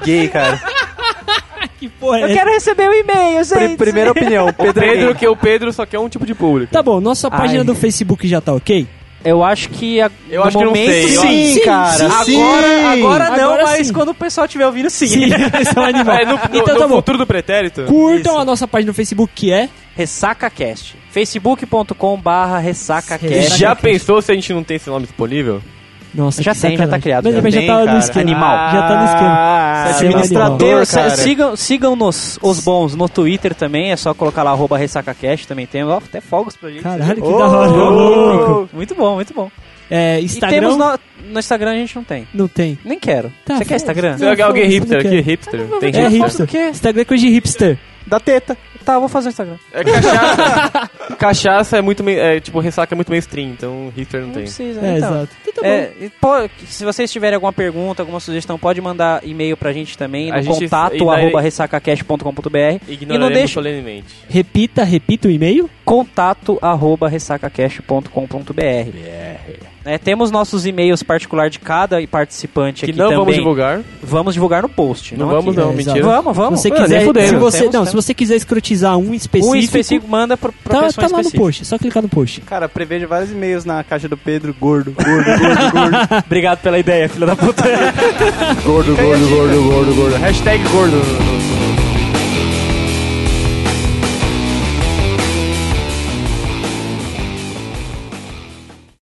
Speaker 5: Gay, cara.
Speaker 3: Que porra é
Speaker 2: Eu
Speaker 3: essa?
Speaker 2: quero receber o e-mail, gente!
Speaker 5: Pri- primeira opinião,
Speaker 4: O
Speaker 5: Pedro. é
Speaker 4: Pedro,
Speaker 5: gay.
Speaker 4: que o Pedro só quer um tipo de público.
Speaker 3: Tá bom, nossa
Speaker 2: Ai.
Speaker 3: página do Facebook já tá ok?
Speaker 2: Eu acho que. a-
Speaker 4: Eu
Speaker 2: no
Speaker 4: acho que não
Speaker 2: momento,
Speaker 4: sei, eu
Speaker 2: Sim,
Speaker 5: Sim, cara. sim.
Speaker 2: Agora, agora não,
Speaker 3: Agora
Speaker 2: mas
Speaker 3: sim.
Speaker 2: quando o pessoal estiver ouvindo, sim.
Speaker 3: esse é um animal.
Speaker 4: É, no, no-
Speaker 3: então
Speaker 4: no
Speaker 3: tá bom.
Speaker 4: futuro do pretérito.
Speaker 3: Curtam a nossa página no Facebook que é.
Speaker 2: RessacaCast. facebook.com/barra RessacaCast.
Speaker 4: Já pensou se a gente não tem esse nome disponível?
Speaker 3: Nossa,
Speaker 2: Já
Speaker 3: que
Speaker 2: tem, já tá
Speaker 3: sacanagem.
Speaker 2: criado,
Speaker 3: Mas
Speaker 2: já
Speaker 3: mas já
Speaker 5: tem,
Speaker 3: tá no
Speaker 5: cara.
Speaker 2: Ah.
Speaker 3: esquema.
Speaker 2: Animal.
Speaker 3: Já tá no esquema.
Speaker 4: Ah,
Speaker 3: Você é um
Speaker 5: administrador,
Speaker 3: animal.
Speaker 2: Tem-
Speaker 5: cara.
Speaker 2: sigam, sigam-nos, os bons, no Twitter também, é só colocar lá arroba RessacaCast, também tem, ó, até fogos pra gente.
Speaker 3: Caralho, que
Speaker 5: Ô,
Speaker 3: da hora.
Speaker 5: louco.
Speaker 2: Muito bom, muito bom.
Speaker 3: É,
Speaker 2: E
Speaker 3: Instagram
Speaker 2: temos no, no Instagram a gente não tem.
Speaker 3: não tem.
Speaker 2: Nem quero.
Speaker 3: Tá,
Speaker 2: Você quer
Speaker 3: foda-se.
Speaker 2: Instagram?
Speaker 4: Você é alguém- alguém
Speaker 3: Não,
Speaker 4: hipster
Speaker 3: não
Speaker 4: aqui? Hipster? Tem
Speaker 3: É
Speaker 4: hipster?
Speaker 2: Do quê?
Speaker 3: hipster. Instagram é coisa de hipster.
Speaker 5: Da teta.
Speaker 2: Tá, eu vou fazer o Instagram.
Speaker 4: É cachaça. cachaça é muito. main- É, tipo, ressaca é muito mainstream, então hipster não
Speaker 2: Não
Speaker 4: tem.
Speaker 2: precisa,
Speaker 3: É,
Speaker 2: então.
Speaker 3: exato. Então tá bom.
Speaker 2: É, e po- se vocês tiverem alguma pergunta, alguma sugestão, pode mandar e-mail pra gente também no
Speaker 4: A gente- e
Speaker 2: contato
Speaker 4: daí-
Speaker 2: arroba ressacacast.com.br
Speaker 4: Ignoraremos
Speaker 2: E não deixa-
Speaker 4: solenemente.
Speaker 3: Repita, repita o e-mail.
Speaker 2: contato arroba ressacacast.com.br É, Temos nossos e-mails particular de cada participante
Speaker 4: Que
Speaker 2: aqui
Speaker 4: não
Speaker 2: também.
Speaker 4: vamos divulgar.
Speaker 2: Vamos divulgar no post.
Speaker 4: Não,
Speaker 2: aqui. né?
Speaker 4: vamos, não,
Speaker 3: É,
Speaker 4: mentira.
Speaker 3: exato.
Speaker 2: Vamos, vamos.
Speaker 3: se você
Speaker 2: Ah, nem
Speaker 3: quiser,
Speaker 2: fudendo.
Speaker 3: se você,
Speaker 2: Temos,
Speaker 3: não,
Speaker 2: temos.
Speaker 3: se você quiser escrotizar um específico,
Speaker 2: Um específico manda pra, pra
Speaker 3: tá,
Speaker 2: pessoa
Speaker 3: tá lá no
Speaker 2: específica.
Speaker 3: post. É só clicar no post.
Speaker 5: Cara, prevejo vários e-mails na caixa do Pedro. Gordo, gordo, gordo, gordo.
Speaker 2: Obrigado pela ideia, filha da puta.
Speaker 4: Gordo, gordo, gordo, gordo, gordo. Hashtag gordo.